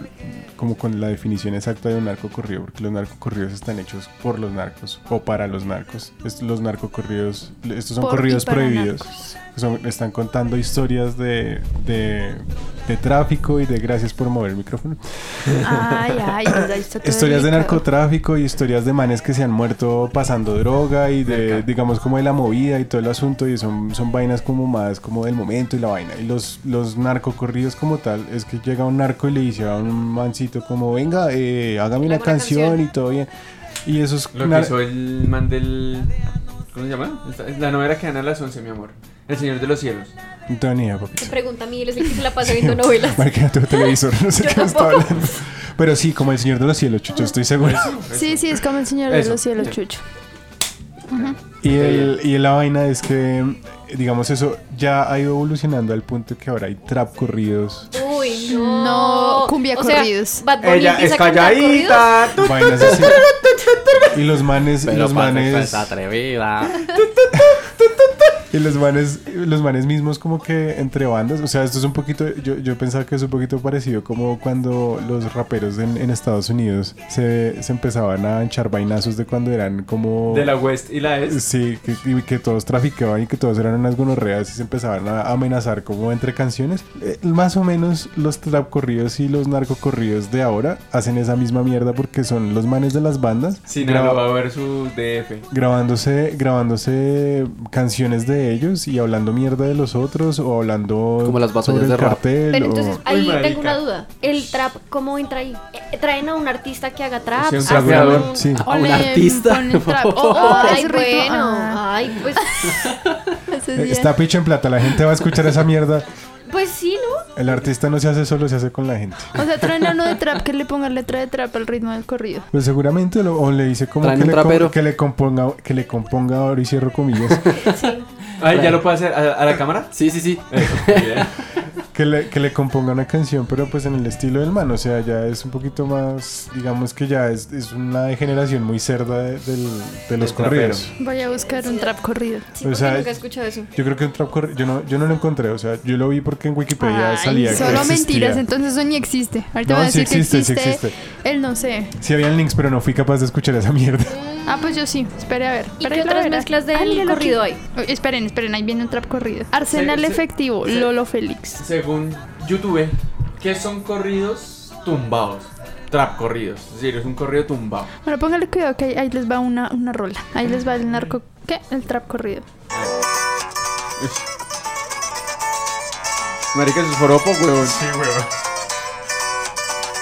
S5: como con la definición exacta de un narcocorrido, porque los narcocorridos están hechos por los narcos o para los narcos. Est- los narcocorridos, estos son
S8: Por y
S5: corridos
S8: para
S5: prohibidos.
S8: narcos.
S5: Son- están contando historias de, de, de tráfico y de gracias por mover el micrófono.
S8: Ay, ay, ahí está todo
S5: Historias de
S8: delicado.
S5: narcotráfico y historias de manes que se han muerto pasando droga y de,
S7: Cerca.
S5: digamos, como de la movida y todo el asunto y son, son vainas como más como del momento y la vaina. Y los, los narcocorridos como tal es que llega un narco y le dice a un mancito como, venga, eh, hágame una
S6: Hago una
S5: canción,
S6: canción.
S5: y todo bien. Y esos...
S7: Lo que
S5: nar-
S7: hizo el man del ¿Cómo se llama? La novela que dan a las 11, mi amor. El Señor de los Cielos.
S5: No tengo ni idea,
S6: Me
S5: papito.
S6: pregunta a mí, él es el que se la pasa viendo novelas.
S5: Marquea tu televisor, no sé
S6: Yo
S5: qué me está
S6: tampoco.
S5: hablando. Pero sí, como
S7: Pues,
S5: el Señor de los Cielos, Chucho, estoy seguro.
S8: Sí, sí, es como el señor de
S7: Eso.
S8: los cielos,
S7: Sí.
S8: Chucho.
S5: Y, el, y la vaina es que, digamos, eso ya ha ido evolucionando al punto que ahora hay trap corridos,
S9: Uy,
S8: No, cumbia
S9: O sea,
S8: corridos.
S9: Bad Bunny
S7: Ella
S9: empieza
S7: es
S9: a cantar corridos.
S7: calladita. tu, tu,
S5: vainas así. Y los manes, y los
S7: pues,
S5: manes,
S4: está atrevida.
S5: y los manes, los manes mismos como que entre bandas, o sea, esto es un poquito, yo, yo pensaba que es un poquito parecido como cuando los raperos en, en Estados Unidos se, se empezaban a hinchar vainazos de cuando eran como...
S7: De la West y la Est.
S5: Sí, que, y que todos traficaban y que todos eran unas gonorreas y se empezaban a amenazar como entre canciones. Eh, más o menos los trap corridos y los narcocorridos de ahora hacen esa misma mierda porque son los manes de las bandas
S7: Sinaloa versus DF.
S5: grabándose, grabándose canciones de ellos y hablando mierda de los otros o hablando
S4: Como las batallas
S5: sobre el
S4: de rap.
S5: cartel
S9: Pero
S5: o-
S9: entonces ahí
S7: marica.
S9: tengo una duda. ¿El trap cómo entra ahí? Eh, ¿Traen a un artista que haga trap?
S7: Sí, un
S9: ¿Hacen
S7: trapeador,
S9: un-
S5: Sí.
S4: A un
S8: Ponle-
S4: artista.
S8: ponle trap. Oh, oh,
S9: Ay,
S8: ese ritmo.
S9: bueno.
S8: Ah,
S9: Ay, pues,
S8: ese es
S5: Eh,
S8: bien.
S5: Está picho en plata, la gente va a escuchar esa mierda.
S9: pues sí, ¿no?
S5: El artista no se hace solo, se hace con la gente.
S8: O sea, traen a uno de trap que le ponga letra de trap al ritmo del corrido.
S5: Pues seguramente lo- o le dice como que
S4: Traen
S5: le,
S4: un
S5: com-
S4: trapero.
S5: que le componga que le componga ahora y cierro comillas
S7: Ay, Ah, ya lo puedo hacer a, a la cámara.
S4: Sí, sí, sí.
S7: Eso, muy bien.
S5: que le, que le componga una canción pero pues en el estilo del man o sea ya es un poquito más digamos que ya es, es una degeneración muy cerda de, del- de los
S7: trapero.
S5: corridos
S8: Voy a buscar un trap corrido.
S9: Sí,
S5: O
S9: porque
S5: sea,
S9: nunca he escuchado eso.
S5: yo creo que un trap corri- yo no yo no lo encontré o sea yo lo vi porque en Wikipedia
S8: Ay,
S5: salía que
S8: solo
S5: existía.
S8: mentiras, entonces eso ni existe. Ahorita
S5: no
S8: voy a
S5: sí
S8: decir
S5: existe,
S8: que
S5: sí
S8: existe,
S5: existe
S8: El no sé.
S5: sí habían links pero no fui capaz de escuchar esa mierda
S8: Ah, pues yo sí. Espere a ver.
S9: ¿Y
S8: Espere,
S9: qué
S8: la
S9: otras
S8: verá.
S9: mezclas del
S8: Ah, míralo aquí.
S9: corrido hay?
S8: Uy, Esperen, esperen, ahí viene un trap corrido. Arsenal
S7: Sí, sí,
S8: efectivo,
S7: sí.
S8: Lolo Félix.
S7: Según YouTube, ¿qué son corridos tumbados? Trap corridos. Es decir, es un corrido tumbado.
S8: Bueno, póngale cuidado que ahí, ahí les va una, una rola. Ahí les va el narco. ¿Qué? El trap corrido.
S7: Marica, eso es foropo, huevón.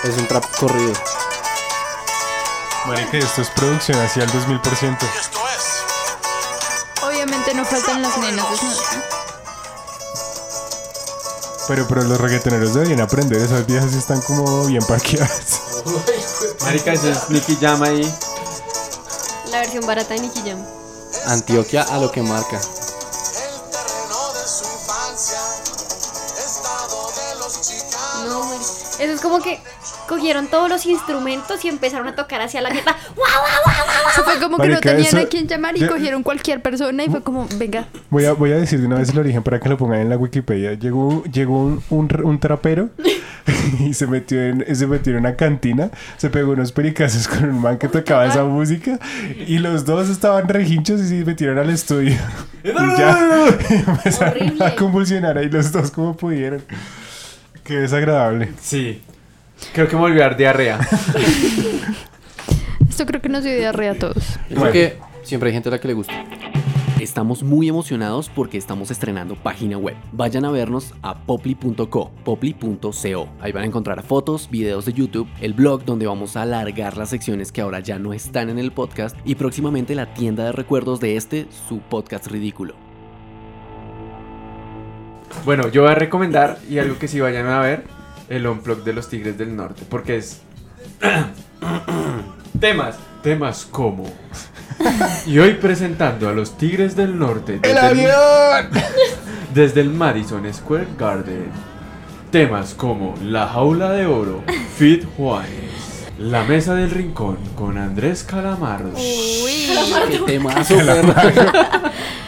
S4: Es un trap corrido.
S5: marica esto es producción hacia el 2000%
S8: Obviamente no faltan las nenas. desnudas, ¿no?
S5: pero pero los reggaetoneros deberían aprender esas viejas sí están como bien parqueadas
S7: Marica, eso es Nicky Jam ahí.
S9: La versión barata de Nicky Jam.
S4: Antioquia a lo que marca.
S9: No, bueno. Eso es como que cogieron todos los instrumentos y empezaron a tocar hacia la guitarra. ¡Guau, guau, guau!
S8: Eso fue como que no
S5: Marica,
S8: tenían
S5: eso-
S8: a quién llamar y
S5: yo-
S8: cogieron cualquier persona y fue como, venga.
S5: Voy a, voy a decir de una vez el origen para que lo pongan en la Wikipedia. Llegó, llegó un, un r- un trapero y se metió, en, se metió en una cantina, se pegó unos pericazos con un man que tocaba esa música y los dos estaban rehinchos y se metieron al estudio. Y ya empezaron a
S9: Horrible.
S5: convulsionar ahí los dos como pudieron. Qué desagradable.
S7: Sí. Creo que me volví a dar diarrea.
S8: Esto creo que nos dio diarrea a todos.
S4: Yo
S5: Bueno.
S4: creo que siempre hay gente a la que le gusta. Estamos muy emocionados porque estamos estrenando página web. Vayan a vernos a popli.co, popli.co. Ahí van a encontrar fotos, videos de YouTube, el blog donde vamos a alargar las secciones que ahora ya no están en el podcast y próximamente la tienda de recuerdos de este, su podcast ridículo.
S7: Bueno, yo voy a recomendar y algo que sí vayan a ver, el Unplug de los Tigres del Norte, porque es temas, temas como y hoy presentando a los Tigres del Norte desde desde el Madison Square Garden. Temas como La jaula de oro, Fit Juárez, La mesa del rincón con Andrés Calamardo,
S4: ¡Qué temazo, perro!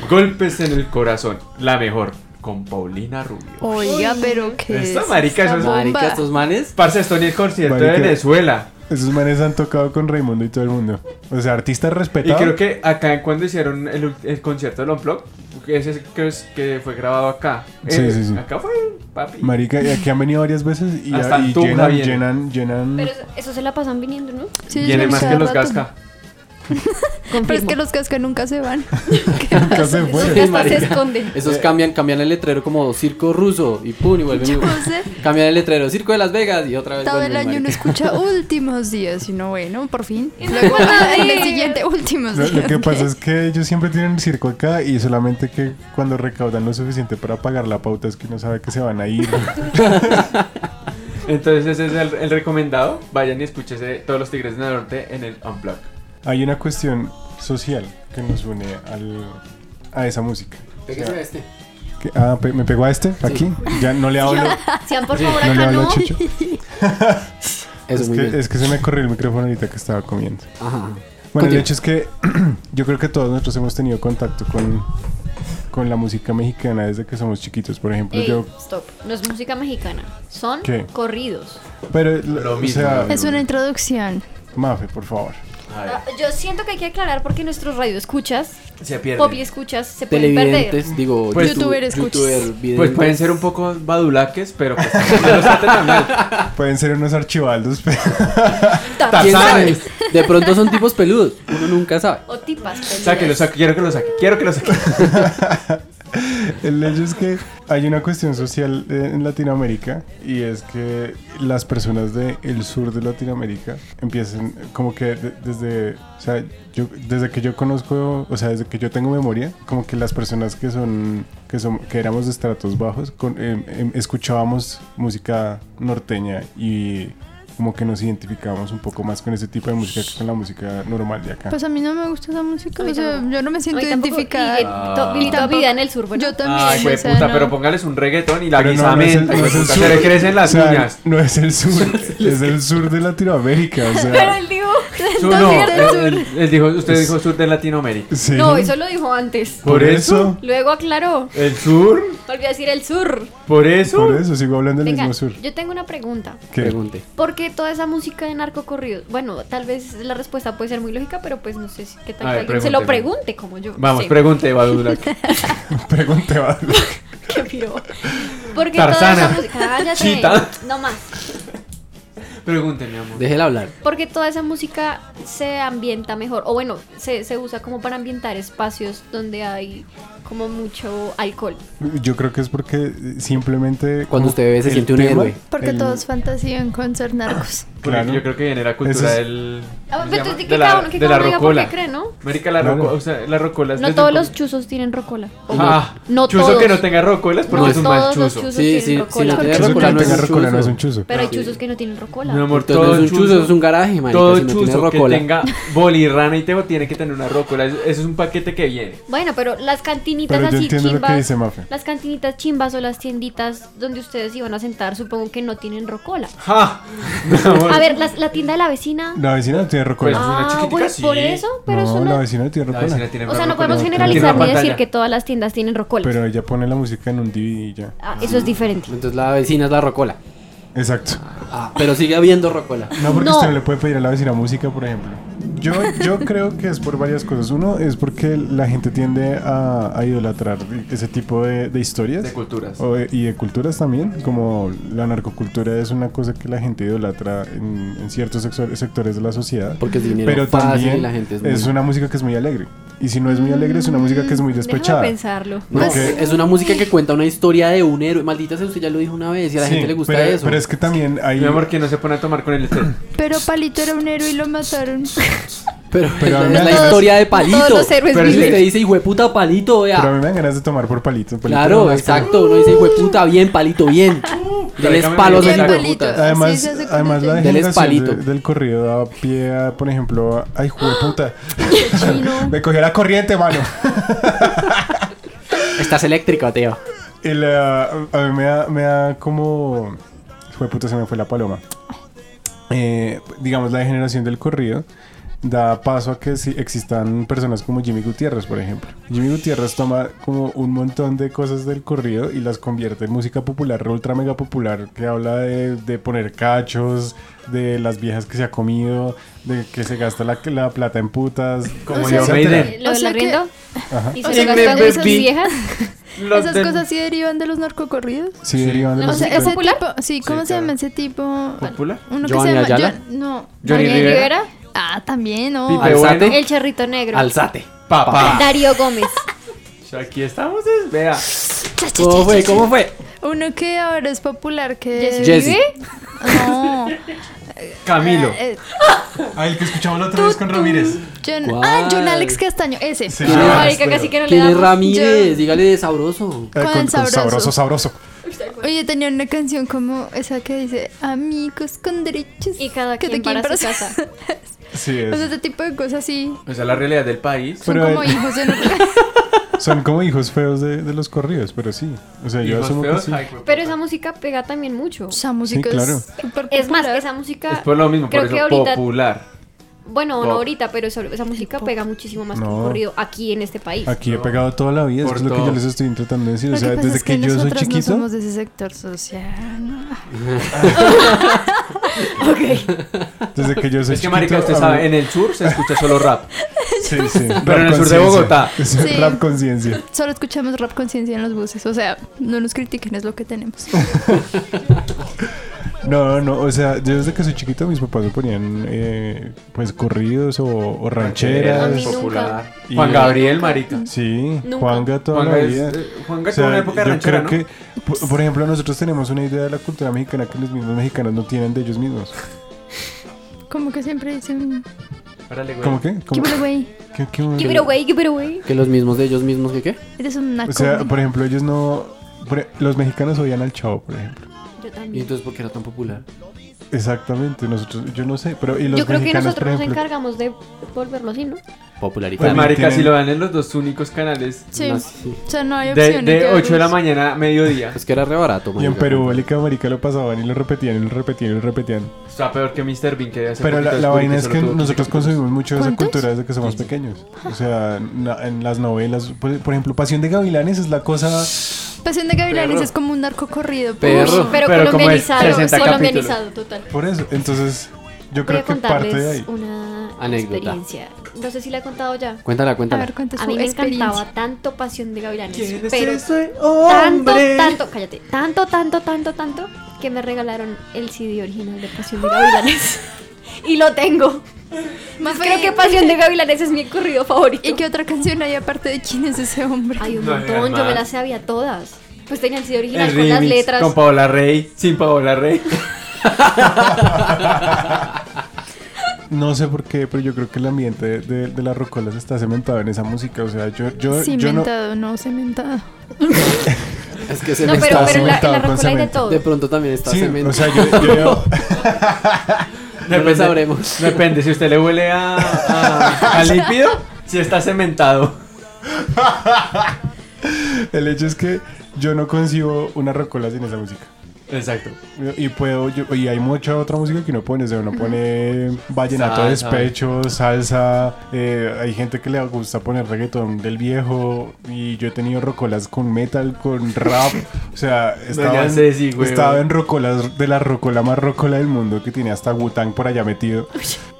S7: Golpes en el corazón, la mejor con Paulina Rubio.
S8: Oiga, pero qué.
S7: Esta
S8: es
S7: marica,
S8: esta
S7: eso es-
S8: bomba?
S4: Marica, estos manes.
S7: Parce, esto ni el concierto de
S5: Marica.
S7: Venezuela.
S5: Esos manes han tocado con Raimundo y todo el mundo. O sea, artistas
S7: Y
S5: respetados.
S7: creo que acá cuando hicieron el, ul- el concierto del Unplugged, ese creo es que fue grabado acá.
S5: Sí, sí, sí.
S7: Acá fue, papi.
S5: Marica, y aquí han venido varias veces y,
S7: Hasta
S5: y
S7: Tunja
S5: llenan,
S7: viene.
S5: llenan, llenan.
S9: Pero eso, eso se la pasan viniendo, ¿no?
S8: Sí,
S7: Viene
S8: sí,
S7: más
S8: cada
S7: que los
S8: rato.
S7: casca.
S8: Pero es que los casca nunca se van.
S5: Nunca se fueron.
S9: Hasta se
S4: marica.
S9: esconden.
S4: Esos cambian, cambian el letrero como circo ruso y pum, y vuelven.
S8: Yo no sé.
S4: Cambian el letrero, circo de Las Vegas y otra vez.
S8: Todo el
S4: vuelven,
S8: año uno
S4: marica.
S8: escucha últimos días, y no bueno, por fin. Luego el mes siguiente, últimos
S5: Lo,
S8: días.
S5: lo que pasa
S8: ¿qué?
S5: es que ellos siempre tienen el circo acá y solamente que cuando recaudan lo suficiente para pagar la pauta es que uno sabe que se van a ir.
S7: Entonces ese es el, el recomendado. Vayan y escúchese todos los Tigres del Norte en el Unplugged.
S5: Hay una cuestión social que nos une al, a esa música.
S4: Pégase a este.
S5: Que- ah, pe- me pegó a este, aquí. Ya no le hablo,
S9: Sean por favor
S5: no le
S9: acá
S5: hablo a
S9: no.
S5: Chicho.
S4: Eso,
S5: Es
S4: muy
S5: que,
S4: bien.
S5: es que se me corrió el micrófono ahorita que estaba comiendo.
S4: Ajá.
S5: Bueno, el
S4: Continúa.
S5: hecho es que yo creo que todos nosotros hemos tenido contacto con, con la música mexicana desde que somos chiquitos, por ejemplo.
S9: Ey,
S5: Yo,
S9: stop. No es música mexicana. Son
S5: ¿Qué?
S9: corridos.
S5: pero, o
S7: mismo.
S5: sea,
S8: Es una introducción.
S5: Mafe, por favor.
S9: Ah, Yo siento que hay que aclarar porque nuestros radioescuchas,
S7: Se
S9: popi escuchas, se pueden perder.
S4: Televidentes, digo,
S7: Pues-
S8: Youtuber escuchas.
S7: Pues pueden ser un poco badulaques, pero pues no los traten tan mal.
S5: Pueden ser unos archivaldos, pero
S4: ¿Quién sabe? De pronto son tipos peludos. Uno nunca sabe.
S9: O tipas. peludas.
S7: Sáquenlo, saque, quiero que lo saque, quiero que lo saque.
S5: el hecho es que hay una cuestión social eh, en Latinoamérica y es que las personas del sur de Latinoamérica empiezan como que de- desde, o sea, yo, desde que yo conozco, o sea, desde que yo tengo memoria, como que las personas que son, que son, que éramos de estratos bajos, con- em- em- escuchábamos música norteña y como que nos identificábamos un poco más con ese tipo de música que con la música normal de acá.
S8: Pues a mí no me gusta esa música.
S9: A mí
S8: o sea,
S9: tampoco.
S8: yo no me
S9: A
S8: siento
S9: mí tampoco,
S8: identificada.
S9: Y, eh,
S7: Ah.
S9: to- viví toda mi vida en el sur, bueno.
S8: Yo
S5: Ah,
S8: también.
S7: Ay, güey,
S8: o sea,
S7: puta,
S8: Ah, no.
S7: pero póngales un reggaetón y la
S5: Pero no, no es el-
S7: guisamenta.
S5: no es el
S7: hijueputa,
S5: sur.
S7: Se le crecen
S5: O
S7: las
S5: sea,
S7: uñas.
S5: No es el sur, es el sur de Latinoamérica. O
S9: Pero
S5: sea,
S9: él dijo.
S7: Sur, no, él- él- él dijo, usted dijo sur de Latinoamérica.
S5: sí.
S9: No, eso lo dijo antes.
S5: Por eso,
S9: Luego aclaró.
S7: ¿El sur?
S9: Volvió a decir el sur.
S7: ¿Por eso?
S5: por eso sigo hablando del
S9: Venga,
S5: mismo sur.
S9: yo tengo una pregunta.
S5: ¿Qué?
S4: Pregunte.
S9: ¿Por qué toda esa música de narcocorridos? Bueno, tal vez la respuesta puede ser muy lógica, pero pues no sé si qué tal
S7: A
S9: que
S7: ver,
S9: alguien se lo
S7: pregúnteme.
S9: pregunte como yo.
S7: Vamos,
S9: Sí,
S7: pregunte, Badulaque.
S5: Pregunte, Pablo.
S9: qué piro. ¿Por qué toda
S7: Tarzana.
S9: esa música? Cállate.
S7: Chita.
S9: No más.
S7: Pregunte, mi amor.
S4: Déjela hablar.
S9: Porque toda esa música se ambienta mejor. O bueno, se, se usa como para ambientar espacios donde hay como mucho alcohol.
S5: Yo creo que es porque simplemente.
S4: Cuando
S5: como
S4: usted bebe, se
S5: el
S4: siente un
S5: tema-
S4: héroe.
S8: Porque
S5: el-
S8: todos fantasían con ser narcos.
S5: Claro.
S7: Yo creo que viene la
S5: Eso
S7: cultura
S5: es-
S7: del.
S9: Ah,
S7: ¿cómo se
S9: pero
S7: llama?
S9: es que
S7: de
S9: cada
S7: la,
S9: uno- que
S7: de la
S9: cada uno diga por qué
S7: rocola.
S9: cree, ¿no?
S7: Marica, la,
S5: Claro.
S7: roco- o sea, la rocola es
S9: No
S7: desde
S9: todos
S7: el-
S9: los chuzos tienen rocola.
S7: Ah,
S9: No
S7: chuzo
S9: todos.
S7: que no tenga rocolas porque
S9: no
S7: es un mal
S9: todos los
S7: chuzo.
S9: chuzos
S4: Sí,
S9: tienen
S4: sí, sí,
S9: rocola.
S4: no tiene
S5: Eso que
S4: rocola,
S5: no
S4: no es
S5: tenga
S4: un
S5: rocola no es
S4: chuzo.
S5: un chuzo.
S9: Pero hay
S4: Sí.
S9: chuzos que no tienen rocola.
S7: Mi amor,
S4: Entonces, no
S7: todo
S4: es un chuzo, es un garaje, marica.
S7: Todo
S4: si no tiene
S7: chuzo
S4: rocola.
S7: que tenga bolirrana y tebo tiene que tener una rocola. Eso eso es un paquete que viene.
S9: Bueno, pero las cantinitas
S5: Pero yo
S9: así
S5: entiendo lo que
S9: chimbas.
S5: dice Mafe.
S9: Las cantinitas chimbas o las tienditas donde ustedes iban a sentar, supongo que no tienen rocola.
S7: ¡Ja! Mi amor.
S9: A ver, las- la tienda de la vecina.
S5: La vecina no tiene
S7: Pues,
S5: rocola.
S7: una
S9: ah,
S7: chiquitica,
S9: pues
S7: sí.
S9: por eso, pero eso
S5: no,
S9: no.
S5: la vecina no tiene
S7: La vecina
S5: rocola.
S7: tiene
S9: O sea,
S7: rocola.
S9: no podemos
S5: tiene
S9: generalizar
S7: una
S9: ni decir
S7: pantalla.
S9: que todas las tiendas tienen rocola.
S5: Pero ella pone la música en un DVD y ya.
S9: Ah, eso es diferente.
S4: Entonces la vecina es la rocola.
S5: Exacto.
S4: Ah, pero sigue habiendo rocola.
S5: No, porque
S9: No.
S5: usted no le puede pedir a la vecina música, por ejemplo. Yo, yo creo que es por varias cosas. Uno es porque la gente tiende a, a idolatrar ese tipo de, de historias.
S7: De culturas.
S5: O de- y de culturas también, como la narcocultura es una cosa que la gente idolatra en, en ciertos sexo- sectores de la sociedad.
S4: Porque es dinero
S5: Pero
S4: fácil
S5: también
S4: y la gente es
S5: es,
S4: muy-
S5: una música que es muy alegre. Y si no es muy alegre, es una música que es muy
S9: Mm, déjame
S5: despechada.
S9: pensarlo.
S4: No,
S5: Pues-
S4: es una música que cuenta una historia de un héroe. Maldita sea, usted ya lo dijo una vez y a la
S5: Sí,
S4: gente le gusta
S5: pero,
S4: eso.
S5: pero es que también hay...
S7: Mi amor, que no se pone a tomar con el este. té.
S8: Pero Palito era un héroe y lo mataron.
S4: Pero,
S5: pero a
S4: es
S5: mí
S4: la
S5: me-
S4: historia de Palito.
S8: Todos los héroes
S4: pero
S7: viven.
S4: usted dice, hijo de puta, Palito, vea.
S5: Pero a mí me dan ganas de tomar por palito. palito no
S4: claro,
S5: las-
S4: exacto. Uno dice, hijo de puta, bien, Palito, bien. Denles
S7: déjame
S4: palos a
S7: ver.
S4: ese hijo de
S8: Palito.
S4: puta.
S5: Además,
S8: Así se hace con
S5: además la
S8: el-
S4: Del
S5: generación
S4: espalito.
S5: de- del corrido da pie a, por ejemplo, a- ay, jueputa. Me cogió la corriente, mano.
S4: Estás eléctrico, tío.
S5: Y la- a mí me da, me da como. Jueputa, se me fue la paloma. Eh, digamos, la generación del corrido da paso a que si existan personas como Jimmy Gutiérrez, por ejemplo. Jimmy Gutiérrez toma como un montón de cosas del corrido y las convierte en música popular, ultra mega popular, que habla de, de poner cachos, de las viejas que se ha comido, de que se gasta la, la plata en putas,
S7: Como
S5: etcétera.
S7: yo, Maiden.
S9: Lo
S8: O
S9: del
S8: sea que-
S9: arriendo.
S5: Ajá.
S9: Y
S8: O
S9: se
S8: sea
S9: lo
S8: que
S9: gastan en sus
S8: esas-
S9: viejas.
S7: Los
S8: ¿Esas
S7: del-
S8: cosas sí derivan de los narcocorridos?
S5: Sí, derivan de
S9: No,
S8: O
S5: los-
S8: sea,
S9: ¿Música
S8: ese
S9: popular?
S8: tipo... Sí, ¿cómo
S7: Sí,
S8: se llama
S7: claro.
S8: ese tipo?
S7: ¿Popular?
S8: Uno que
S4: ¿Johnny
S8: se llama...
S4: Ayala?
S8: Yo- no.
S7: Johnny
S9: Daniel
S7: Rivera.
S9: Rivera.
S8: Ah, también, no.
S7: Pipe
S4: Alzate.
S7: Bueno.
S9: El charrito negro.
S4: Alzate.
S7: Papá.
S9: Darío Gómez.
S7: Aquí estamos, es- vea.
S4: ¿Cómo fue? ¿Cómo fue?
S8: Uno que ahora es popular, que...
S9: Jesse
S4: Jesse.
S9: Uribe.
S8: No.
S7: Camilo.
S8: Eh,
S5: Ah, el que escuchamos la otra vez con Ramírez.
S8: John-
S4: ¿Cuál?
S8: ah, John Alex Castaño, ese.
S5: Sí.
S9: No,
S5: Ah,
S9: marica, casi que no le
S4: ¿Quién es
S9: damos.
S4: Ramírez?
S8: Yo-
S4: Dígale de sabroso.
S5: Eh,
S8: Con
S5: con, con
S8: sabroso.
S5: sabroso, sabroso.
S8: Oye, tenía una canción como esa que dice Amigos con derechos
S9: Y cada
S8: que
S9: quien para su casa.
S5: Sí,
S8: O sea,
S5: es.
S8: este tipo de cosas sí
S7: O sea, la realidad del país.
S8: son
S5: Pero
S8: como
S5: el-
S8: hijos de no-
S5: Son como hijos feos de, de los corridos, pero sí. O sea, yo
S7: hijos
S5: asumo que
S7: feos,
S5: sí.
S7: ay, güey,
S9: Pero
S7: puta.
S9: esa música pega también mucho.
S8: Esa música
S5: claro.
S8: es súper
S9: Es más,
S8: popular.
S9: esa música.
S7: Es por lo mismo, por
S9: creo que
S7: eso
S9: ahorita-
S7: popular.
S9: Bueno, no
S7: Pop.
S9: ahorita, pero esa, esa música pega muchísimo más que un
S5: No.
S9: corrido aquí en este país.
S5: Aquí he pegado toda la vida, eso
S7: Por
S5: es lo que
S7: todo.
S5: yo les estoy intentando decir.
S8: Lo
S5: O sea,
S8: pasa
S5: desde
S8: es
S5: que, yo soy
S8: nosotras
S5: chiquito.
S8: No somos de ese sector social. ¿no?
S5: Desde que yo soy
S7: Es que,
S5: chiquito.
S7: marica, usted
S5: a mí-
S7: sabe, en el sur se escucha solo rap.
S5: Sí, sí.
S7: Pero en el sur de Bogotá.
S8: Sí.
S5: Rap conciencia.
S8: Solo escuchamos rap conciencia en los buses. O sea, no nos critiquen, es lo que tenemos.
S5: No, no, o sea, yo desde que soy chiquito mis papás me ponían eh, pues corridos o, o
S9: A
S5: rancheras.
S9: mí nunca.
S7: popular.
S5: Y-
S7: Juan Gabriel, marica.
S5: Sí,
S9: Nunca.
S5: Juanga toda
S7: Juanga
S5: la
S7: es-
S5: vida.
S7: eh, Juanga
S5: O sea,
S7: tuvo una época
S5: yo creo
S7: ranchera, ¿no?
S5: que, por, por ejemplo, nosotros tenemos una idea de la cultura mexicana que los mismos mexicanos no tienen de ellos mismos.
S8: Como que siempre dicen,
S7: Órale, güey.
S5: ¿Cómo qué? ¿Cómo?
S8: give it away.
S5: ¿Qué- qué-
S9: Give it away, give it away.
S4: Que los mismos de ellos mismos que qué.
S8: Eres un naco.
S5: O sea,
S8: güey.
S5: por ejemplo, ellos no... por e- los mexicanos odian al chavo, por ejemplo.
S9: Yo
S4: Y
S9: también.
S4: entonces, ¿por qué era tan popular?
S5: Exactamente, nosotros, yo no sé, pero... Y los
S9: Yo creo que
S5: mexicanos,
S9: nosotros
S5: por
S9: nos
S5: ejemplo,
S9: encargamos de volverlo así, ¿no?
S7: Pues,
S4: Popularidad.
S5: También
S7: marica,
S5: tienen-
S7: si lo dan en los dos únicos canales
S8: Sí.
S4: No, sí.
S8: O sea, no hay
S7: de,
S8: opciones.
S7: de
S8: ya,
S7: 8 de la
S8: pues.
S7: mañana a mediodía.
S4: Es que era re barato,
S5: Y en
S4: marica.
S5: Perubólica, marica, lo pasaban y lo repetían y lo repetían y lo repetían.
S7: Está peor que Mr. Bean que hace
S5: Pero la, la
S7: poquito descubrí
S5: vaina es
S7: solo
S5: que
S7: tuvo
S5: nosotros
S7: 15 capítulos.
S5: consumimos mucho de esa
S8: ¿Cuántos?
S5: cultura desde que somos pequeños. O sea, na- en las novelas, pues, por, por ejemplo, Pasión de Gavilanes es la cosa...
S8: Pasión de Gavilanes
S7: Perro.
S8: es como un narco corrido.
S4: Perro.
S8: pues.
S9: Uy, pero,
S7: Pero como es
S9: colombianizado,
S7: 60
S9: sí,
S7: capítulos.
S9: colombianizado, total.
S5: Por eso, entonces yo
S9: Voy a
S5: creo que parte de
S9: contarles
S5: ahí.
S9: una
S4: Anécdota.
S9: experiencia. No sé si la he contado ya.
S4: Cuéntala,
S8: A
S4: cuéntala.
S8: ver, cuenta su
S9: A mí me
S8: experiencia.
S9: encantaba tanto Pasión de Gavilanes.
S7: ¿Quién es
S9: pero
S7: ese
S9: tanto,
S7: hombre?
S9: tanto, cállate, tanto, tanto, tanto, tanto, que me regalaron el CD original de Pasión de Gavilanes. y lo tengo.
S8: Más
S9: Creo que Pasión de Gavilanes es mi corrido favorito.
S8: ¿Y qué otra canción hay aparte de quién es ese hombre?
S9: Hay un
S7: No,
S9: montón, yo
S7: además.
S9: me las sabía todas. Pues tenía el CD original
S7: El
S9: con las
S7: remix
S9: letras.
S7: con Paola Rey, sin Paola Rey.
S5: No sé por qué, pero yo creo que el ambiente de, de- de las rocolas está cementado en esa música. O sea, yo, yo, yo no...
S8: Cimentado, no cementado.
S4: Es que se
S9: no,
S4: me
S9: pero,
S4: está-
S9: pero en la, en la
S5: cimentado con
S9: rocola hay de
S5: cemento.
S9: todo.
S4: De pronto también está
S5: Sí,
S4: cemento.
S5: o sea, yo, yo llevo-
S4: No lo sabremos.
S7: Depende, si usted le huele a, a- a lípido, si está cementado.
S5: el hecho es que yo no concibo una rocola sin esa música.
S7: Exacto.
S5: Y puedo, yo- y hay mucha otra música que no pone, o sea, uno pone vallenato de
S7: Salsa.
S5: despecho, salsa, eh, hay gente que le gusta poner reggaetón del viejo, y yo he tenido rocolas con metal, con rap, o sea, estaba, en,
S7: Ceci, güey.
S5: estaba en rocolas de la rocola más rocola del mundo que tiene hasta Gutang por allá metido.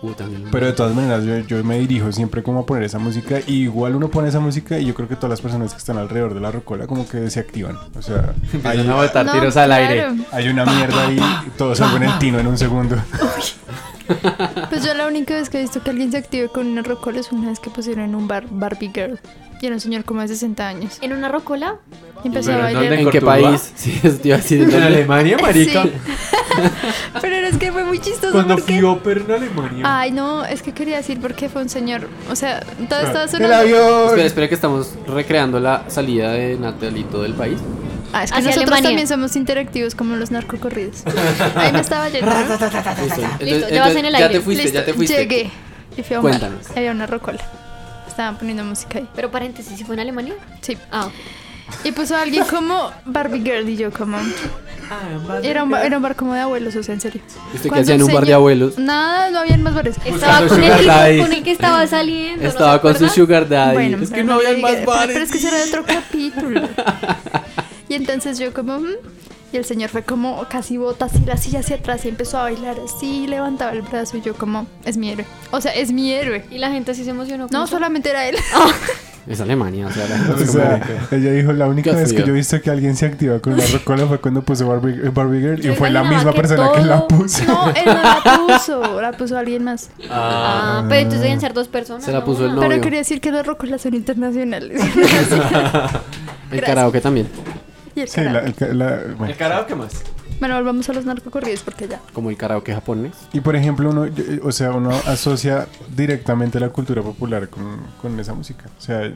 S4: Puta, mi-
S5: Pero de todas maneras, yo, yo me dirijo siempre como a poner esa música, y igual uno pone esa música y yo creo que todas las personas que están alrededor de la rocola como que se activan, o sea, hay,
S7: Empiezan a botar
S8: No,
S7: tiros al aire.
S8: claro.
S5: hay una mierda ahí, y todos se vuelven el tino en un segundo.
S8: Pues yo la única vez que he visto que alguien se active con una rocola es una vez que pusieron en un bar Barbie Girl. Y era un señor como de 60 años.
S9: En una rocola,
S8: Y empezó
S7: Pero
S8: a
S7: ¿en
S8: bailar.
S7: dónde?
S4: ¿En qué
S7: Cortuba?
S4: país? Sí, eso te iba a decir. ¿en
S7: En
S4: dónde?
S7: Alemania, marica.
S8: Sí. Pero es que fue muy chistoso
S7: Cuando
S8: porque...
S7: fui Oper en Alemania.
S8: Ay, no, es que quería decir porque fue un señor. O sea, todo estaba
S5: ¡El
S8: sonando.
S5: avión!
S4: Espera, espera que estamos recreando la salida de Natalito del país.
S8: Ah, es que
S9: Hacia
S8: nosotros
S9: Alemania.
S8: también somos interactivos como los narcocorridos. Ahí me estaba llenando.
S4: Listo,
S9: ya vas en el aire.
S4: Ya te fuiste,
S8: Listo,
S4: ya te fuiste.
S8: Llegué. Y fui a un bar.
S4: Cuéntanos.
S8: Había una rocola. Estaban poniendo música ahí.
S9: pero paréntesis, si fue en Alemania.
S8: Sí.
S9: Ah, ok.
S8: Y puso a alguien como Barbie Girl y yo como... Era un, ba- era un bar como de abuelos, o sea, en serio.
S4: Ah, ¿Viste que
S8: Cuando
S4: hacía en
S8: el
S4: un bar de
S8: señor-
S4: abuelos?
S8: Nada, no habían más bares.
S9: Estaba
S7: Buscando
S9: con el,
S7: Sugar Daddy.
S9: hijo con el que estaba saliendo. ¿no
S4: Estaba
S9: se
S4: con su
S9: acuerdan?
S4: sugar daddy. es
S8: pero
S4: que no
S8: le
S4: había
S8: diga-
S4: más
S8: pero-
S4: bares.
S8: Pero es que eso era de otro capítulo. y entonces yo como... "Mm". Y el señor fue como casi bota así la silla hacia atrás y empezó a bailar así, levantaba el brazo y yo como, es mi héroe. O sea, es mi héroe.
S9: Y la gente sí se emocionó. con
S8: No,
S9: eso.
S8: solamente era él.
S4: Es Alemania, o sea, la
S5: O sea, ella dijo, la única
S4: Qué
S5: vez que
S4: frío.
S5: yo he visto que alguien se activa con la rocola fue cuando puso Barbie, eh, Barbie Girl
S9: Yo
S5: y fue la misma
S9: imaginaba que
S5: persona
S9: todo-
S5: que la puso.
S8: No, él no la puso, la puso alguien más.
S9: Ah, pero entonces deben ser dos personas.
S4: Se la
S9: no Ah.
S4: puso el
S9: una.
S4: novio.
S8: Pero quería decir que los rocolas son internacionales.
S4: El karaoke también.
S8: y el
S5: Sí, la-
S8: carajo.
S5: el ca- la- bueno.
S7: ¿El karaoke más?
S8: Bueno, volvamos a los narcocorridos porque ya.
S4: Como el karaoke japonés.
S5: Y por ejemplo, uno, yo- eh, o sea, uno asocia directamente la cultura popular con, con esa música. O sea,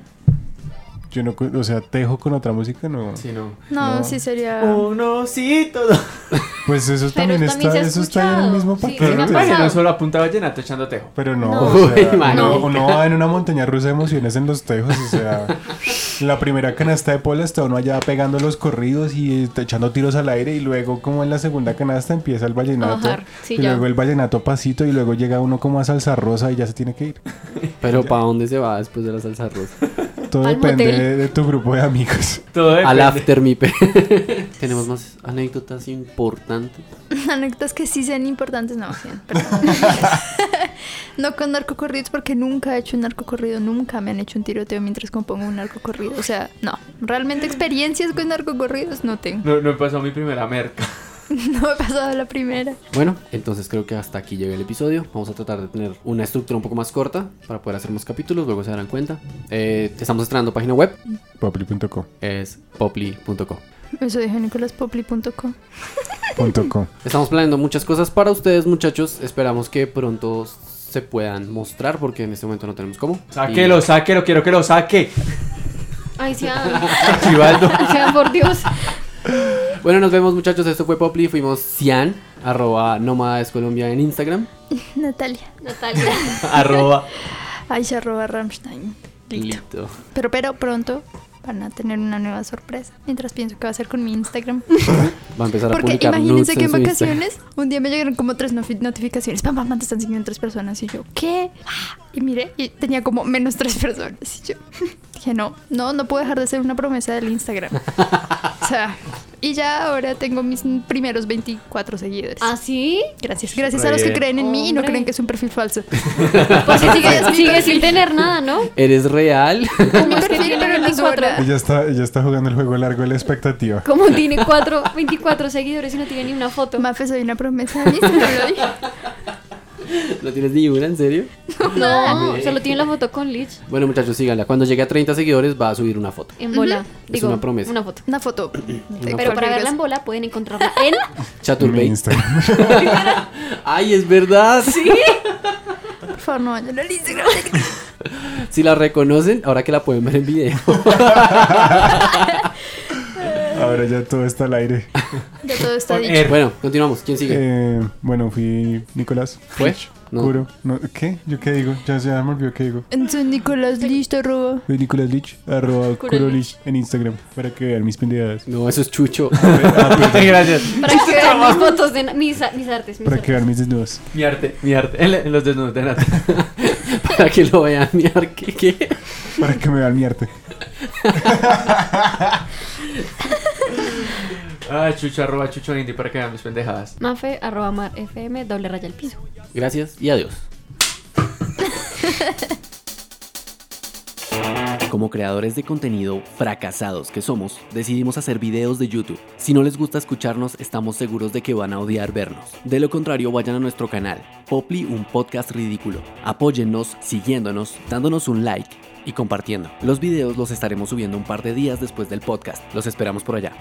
S5: yo no, cu- o sea, tejo con otra música, no.
S7: Sí, no.
S8: No,
S5: No.
S8: sí sería.
S7: Oh.
S4: Uno, sí, todo.
S5: Pues eso
S9: Pero
S5: también,
S9: también
S5: está,
S9: se ha
S5: eso está en el mismo
S9: escuchado. Sí,
S5: paquete.
S9: sí me ha
S7: Pero
S9: pasado.
S7: no solo apuntaba llenato echando tejo.
S5: Pero no,
S9: No.
S5: o sea,
S4: Uy,
S5: uno,
S4: marica.
S5: uno va en una montaña rusa de emociones en los tejos, o sea, la primera canasta de pola está uno allá pegando los corridos y está echando tiros al aire y luego como en la segunda canasta empieza el vallenato
S6: Ojar, sí,
S5: y
S6: ya.
S5: luego el vallenato pasito y luego llega uno como a salsa rosa y ya se tiene que ir.
S4: Pero ¿para dónde se va después de la salsa rosa?
S5: Todo
S6: Al
S5: depende
S6: motel.
S5: de, de tu grupo de amigos.
S7: Todo
S4: Al
S7: depende.
S4: after mi pe- Tenemos más anécdotas importantes.
S8: Anécdotas que sí sean importantes, no, sí, perdón. no con narcocorridos porque nunca he hecho un narcocorrido, nunca me han hecho un tiroteo mientras compongo un narcocorrido. O sea, no, realmente experiencias con narcocorridos no tengo.
S7: No, no pasó mi primera merca.
S8: No he pasado la primera.
S4: Bueno, entonces creo que hasta aquí llega el episodio. Vamos a tratar de tener una estructura un poco más corta para poder hacer más capítulos, luego se darán cuenta. Eh, estamos estrenando página web,
S5: Popli.co.
S4: es poply.co.
S8: Eso dijo nicoláspoppli.com.
S5: punto co.
S4: Estamos planeando muchas cosas para ustedes, muchachos. Esperamos que pronto se puedan mostrar porque en este momento no tenemos cómo.
S7: Sáquelo, sáquelo, quiero que lo saque.
S9: Ay, sí, ah,
S7: Chivaldo.
S6: O sea, por Dios.
S4: Y- bueno, nos vemos, muchachos. Esto fue Poply. Fuimos Cian, arroba nómadas Colombia en Instagram.
S8: Natalia.
S9: Natalia.
S7: Arroba.
S8: Aisha arroba Rammstein. Listo.
S4: Listo.
S8: Pero, pero pronto van a tener una nueva sorpresa. Mientras pienso que va a ser con mi Instagram.
S4: Va a empezar a
S8: Porque
S4: publicar nudes
S8: imagínense que en
S4: su Instagram.
S8: vacaciones un día me llegaron como tres nofi- notificaciones. Pam, pam, pam, te están siguiendo tres personas. Y yo, ¿qué? Ah, Y miré, y tenía como menos tres personas. Y yo dije, no, no, no puedo dejar de ser una promesa del Instagram. o sea, y ya ahora tengo mis primeros 24 seguidores.
S9: ¿Ah, sí?
S8: Gracias, gracias a los que
S7: bien.
S8: creen en mí y no
S9: Hombre.
S8: creen que es un perfil falso. Pues
S9: Porque Pues sigue, sigue sin tener nada, ¿no?
S4: Eres real.
S9: ¿Cómo
S8: es que tiene
S9: pero
S8: 24?
S5: Ella está, ella está jugando el juego largo de la expectativa.
S9: ¿Cómo tiene cuatro, 24 seguidores y no tiene ni una foto?
S8: Mafe, soy una promesa. ¿viste? No lo dije.
S4: ¿No tienes ni una, en serio?
S9: No, solo tiene la foto con Lich.
S4: Bueno, muchachos, síganla. Cuando llegue a 30 seguidores va a subir una foto.
S9: En bola. Digo,
S4: una promesa.
S9: Una foto.
S8: Una foto.
S9: Pero para verla en bola pueden encontrarla en.
S5: Mi
S4: Chaturbate.
S5: Instagram.
S4: Ay, es verdad.
S8: Por favor, no vayan al Instagram.
S4: Si la reconocen, ahora que la pueden ver en video.
S5: Ahora ya todo está al aire.
S8: Ya todo está dicho.
S4: bueno, continuamos. ¿Quién sigue?
S5: Eh, bueno, fui Nicolás.
S4: ¿Fue? No.
S5: Curo. No, ¿Qué? ¿Yo qué digo? Ya se me olvidó qué digo.
S8: Entonces Nicolás listo, arroba.
S5: Soy Nicolás Lich, arroba
S9: Curo
S5: Curo Lich en Instagram, para que vean mis pendejadas.
S4: No, eso es Chucho.
S7: Gracias.
S9: Para que vean mis fotos de mis, mis artes. Mis
S5: Para que
S9: artes.
S5: vean mis desnudos.
S7: Mi arte, mi arte. En, la- en los desnudos de Nata.
S4: Para que lo vean, mirar que qué.
S5: Para que me vean mi arte.
S7: Ah, chucho, arroba chucho indie para que vean mis pendejadas.
S9: Mafe, arroba mar fm, doble raya al piso.
S4: Gracias y adiós. Como creadores de contenido fracasados que somos, decidimos hacer videos de YouTube. Si no les gusta escucharnos, estamos seguros de que van a odiar vernos. De lo contrario, vayan a nuestro canal, Poply, un podcast ridículo. Apóyennos siguiéndonos, dándonos un like y compartiendo. Los videos los estaremos subiendo un par de días después del podcast. Los esperamos por allá.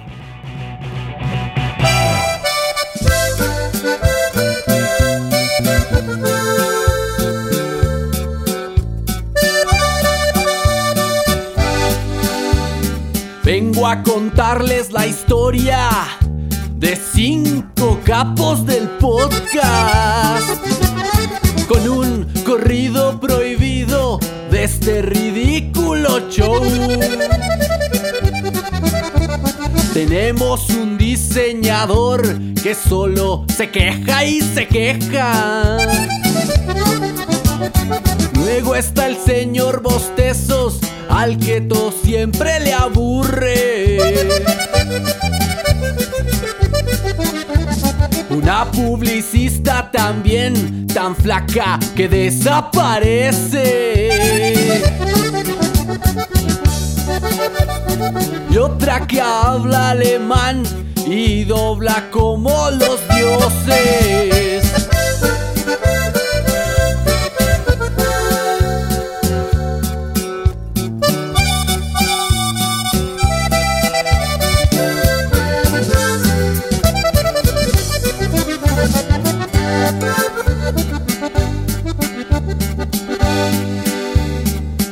S4: Vengo a contarles la historia de cinco capos del podcast. Con un corrido prohibido de este ridículo show. Tenemos un diseñador que solo se queja y se queja. Luego está el señor Bostezos, al que todo siempre le aburre. Una publicista también, tan flaca que desaparece. Y otra que habla alemán y dobla como los dioses.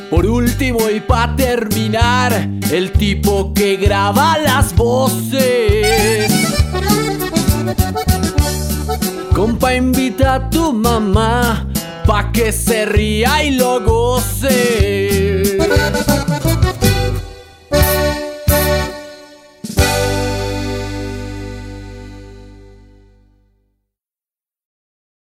S4: Por último.
S2: vivo y pa' terminar, el tipo que graba las voces. Compa, invita a tu mamá pa' que se ría y lo goce.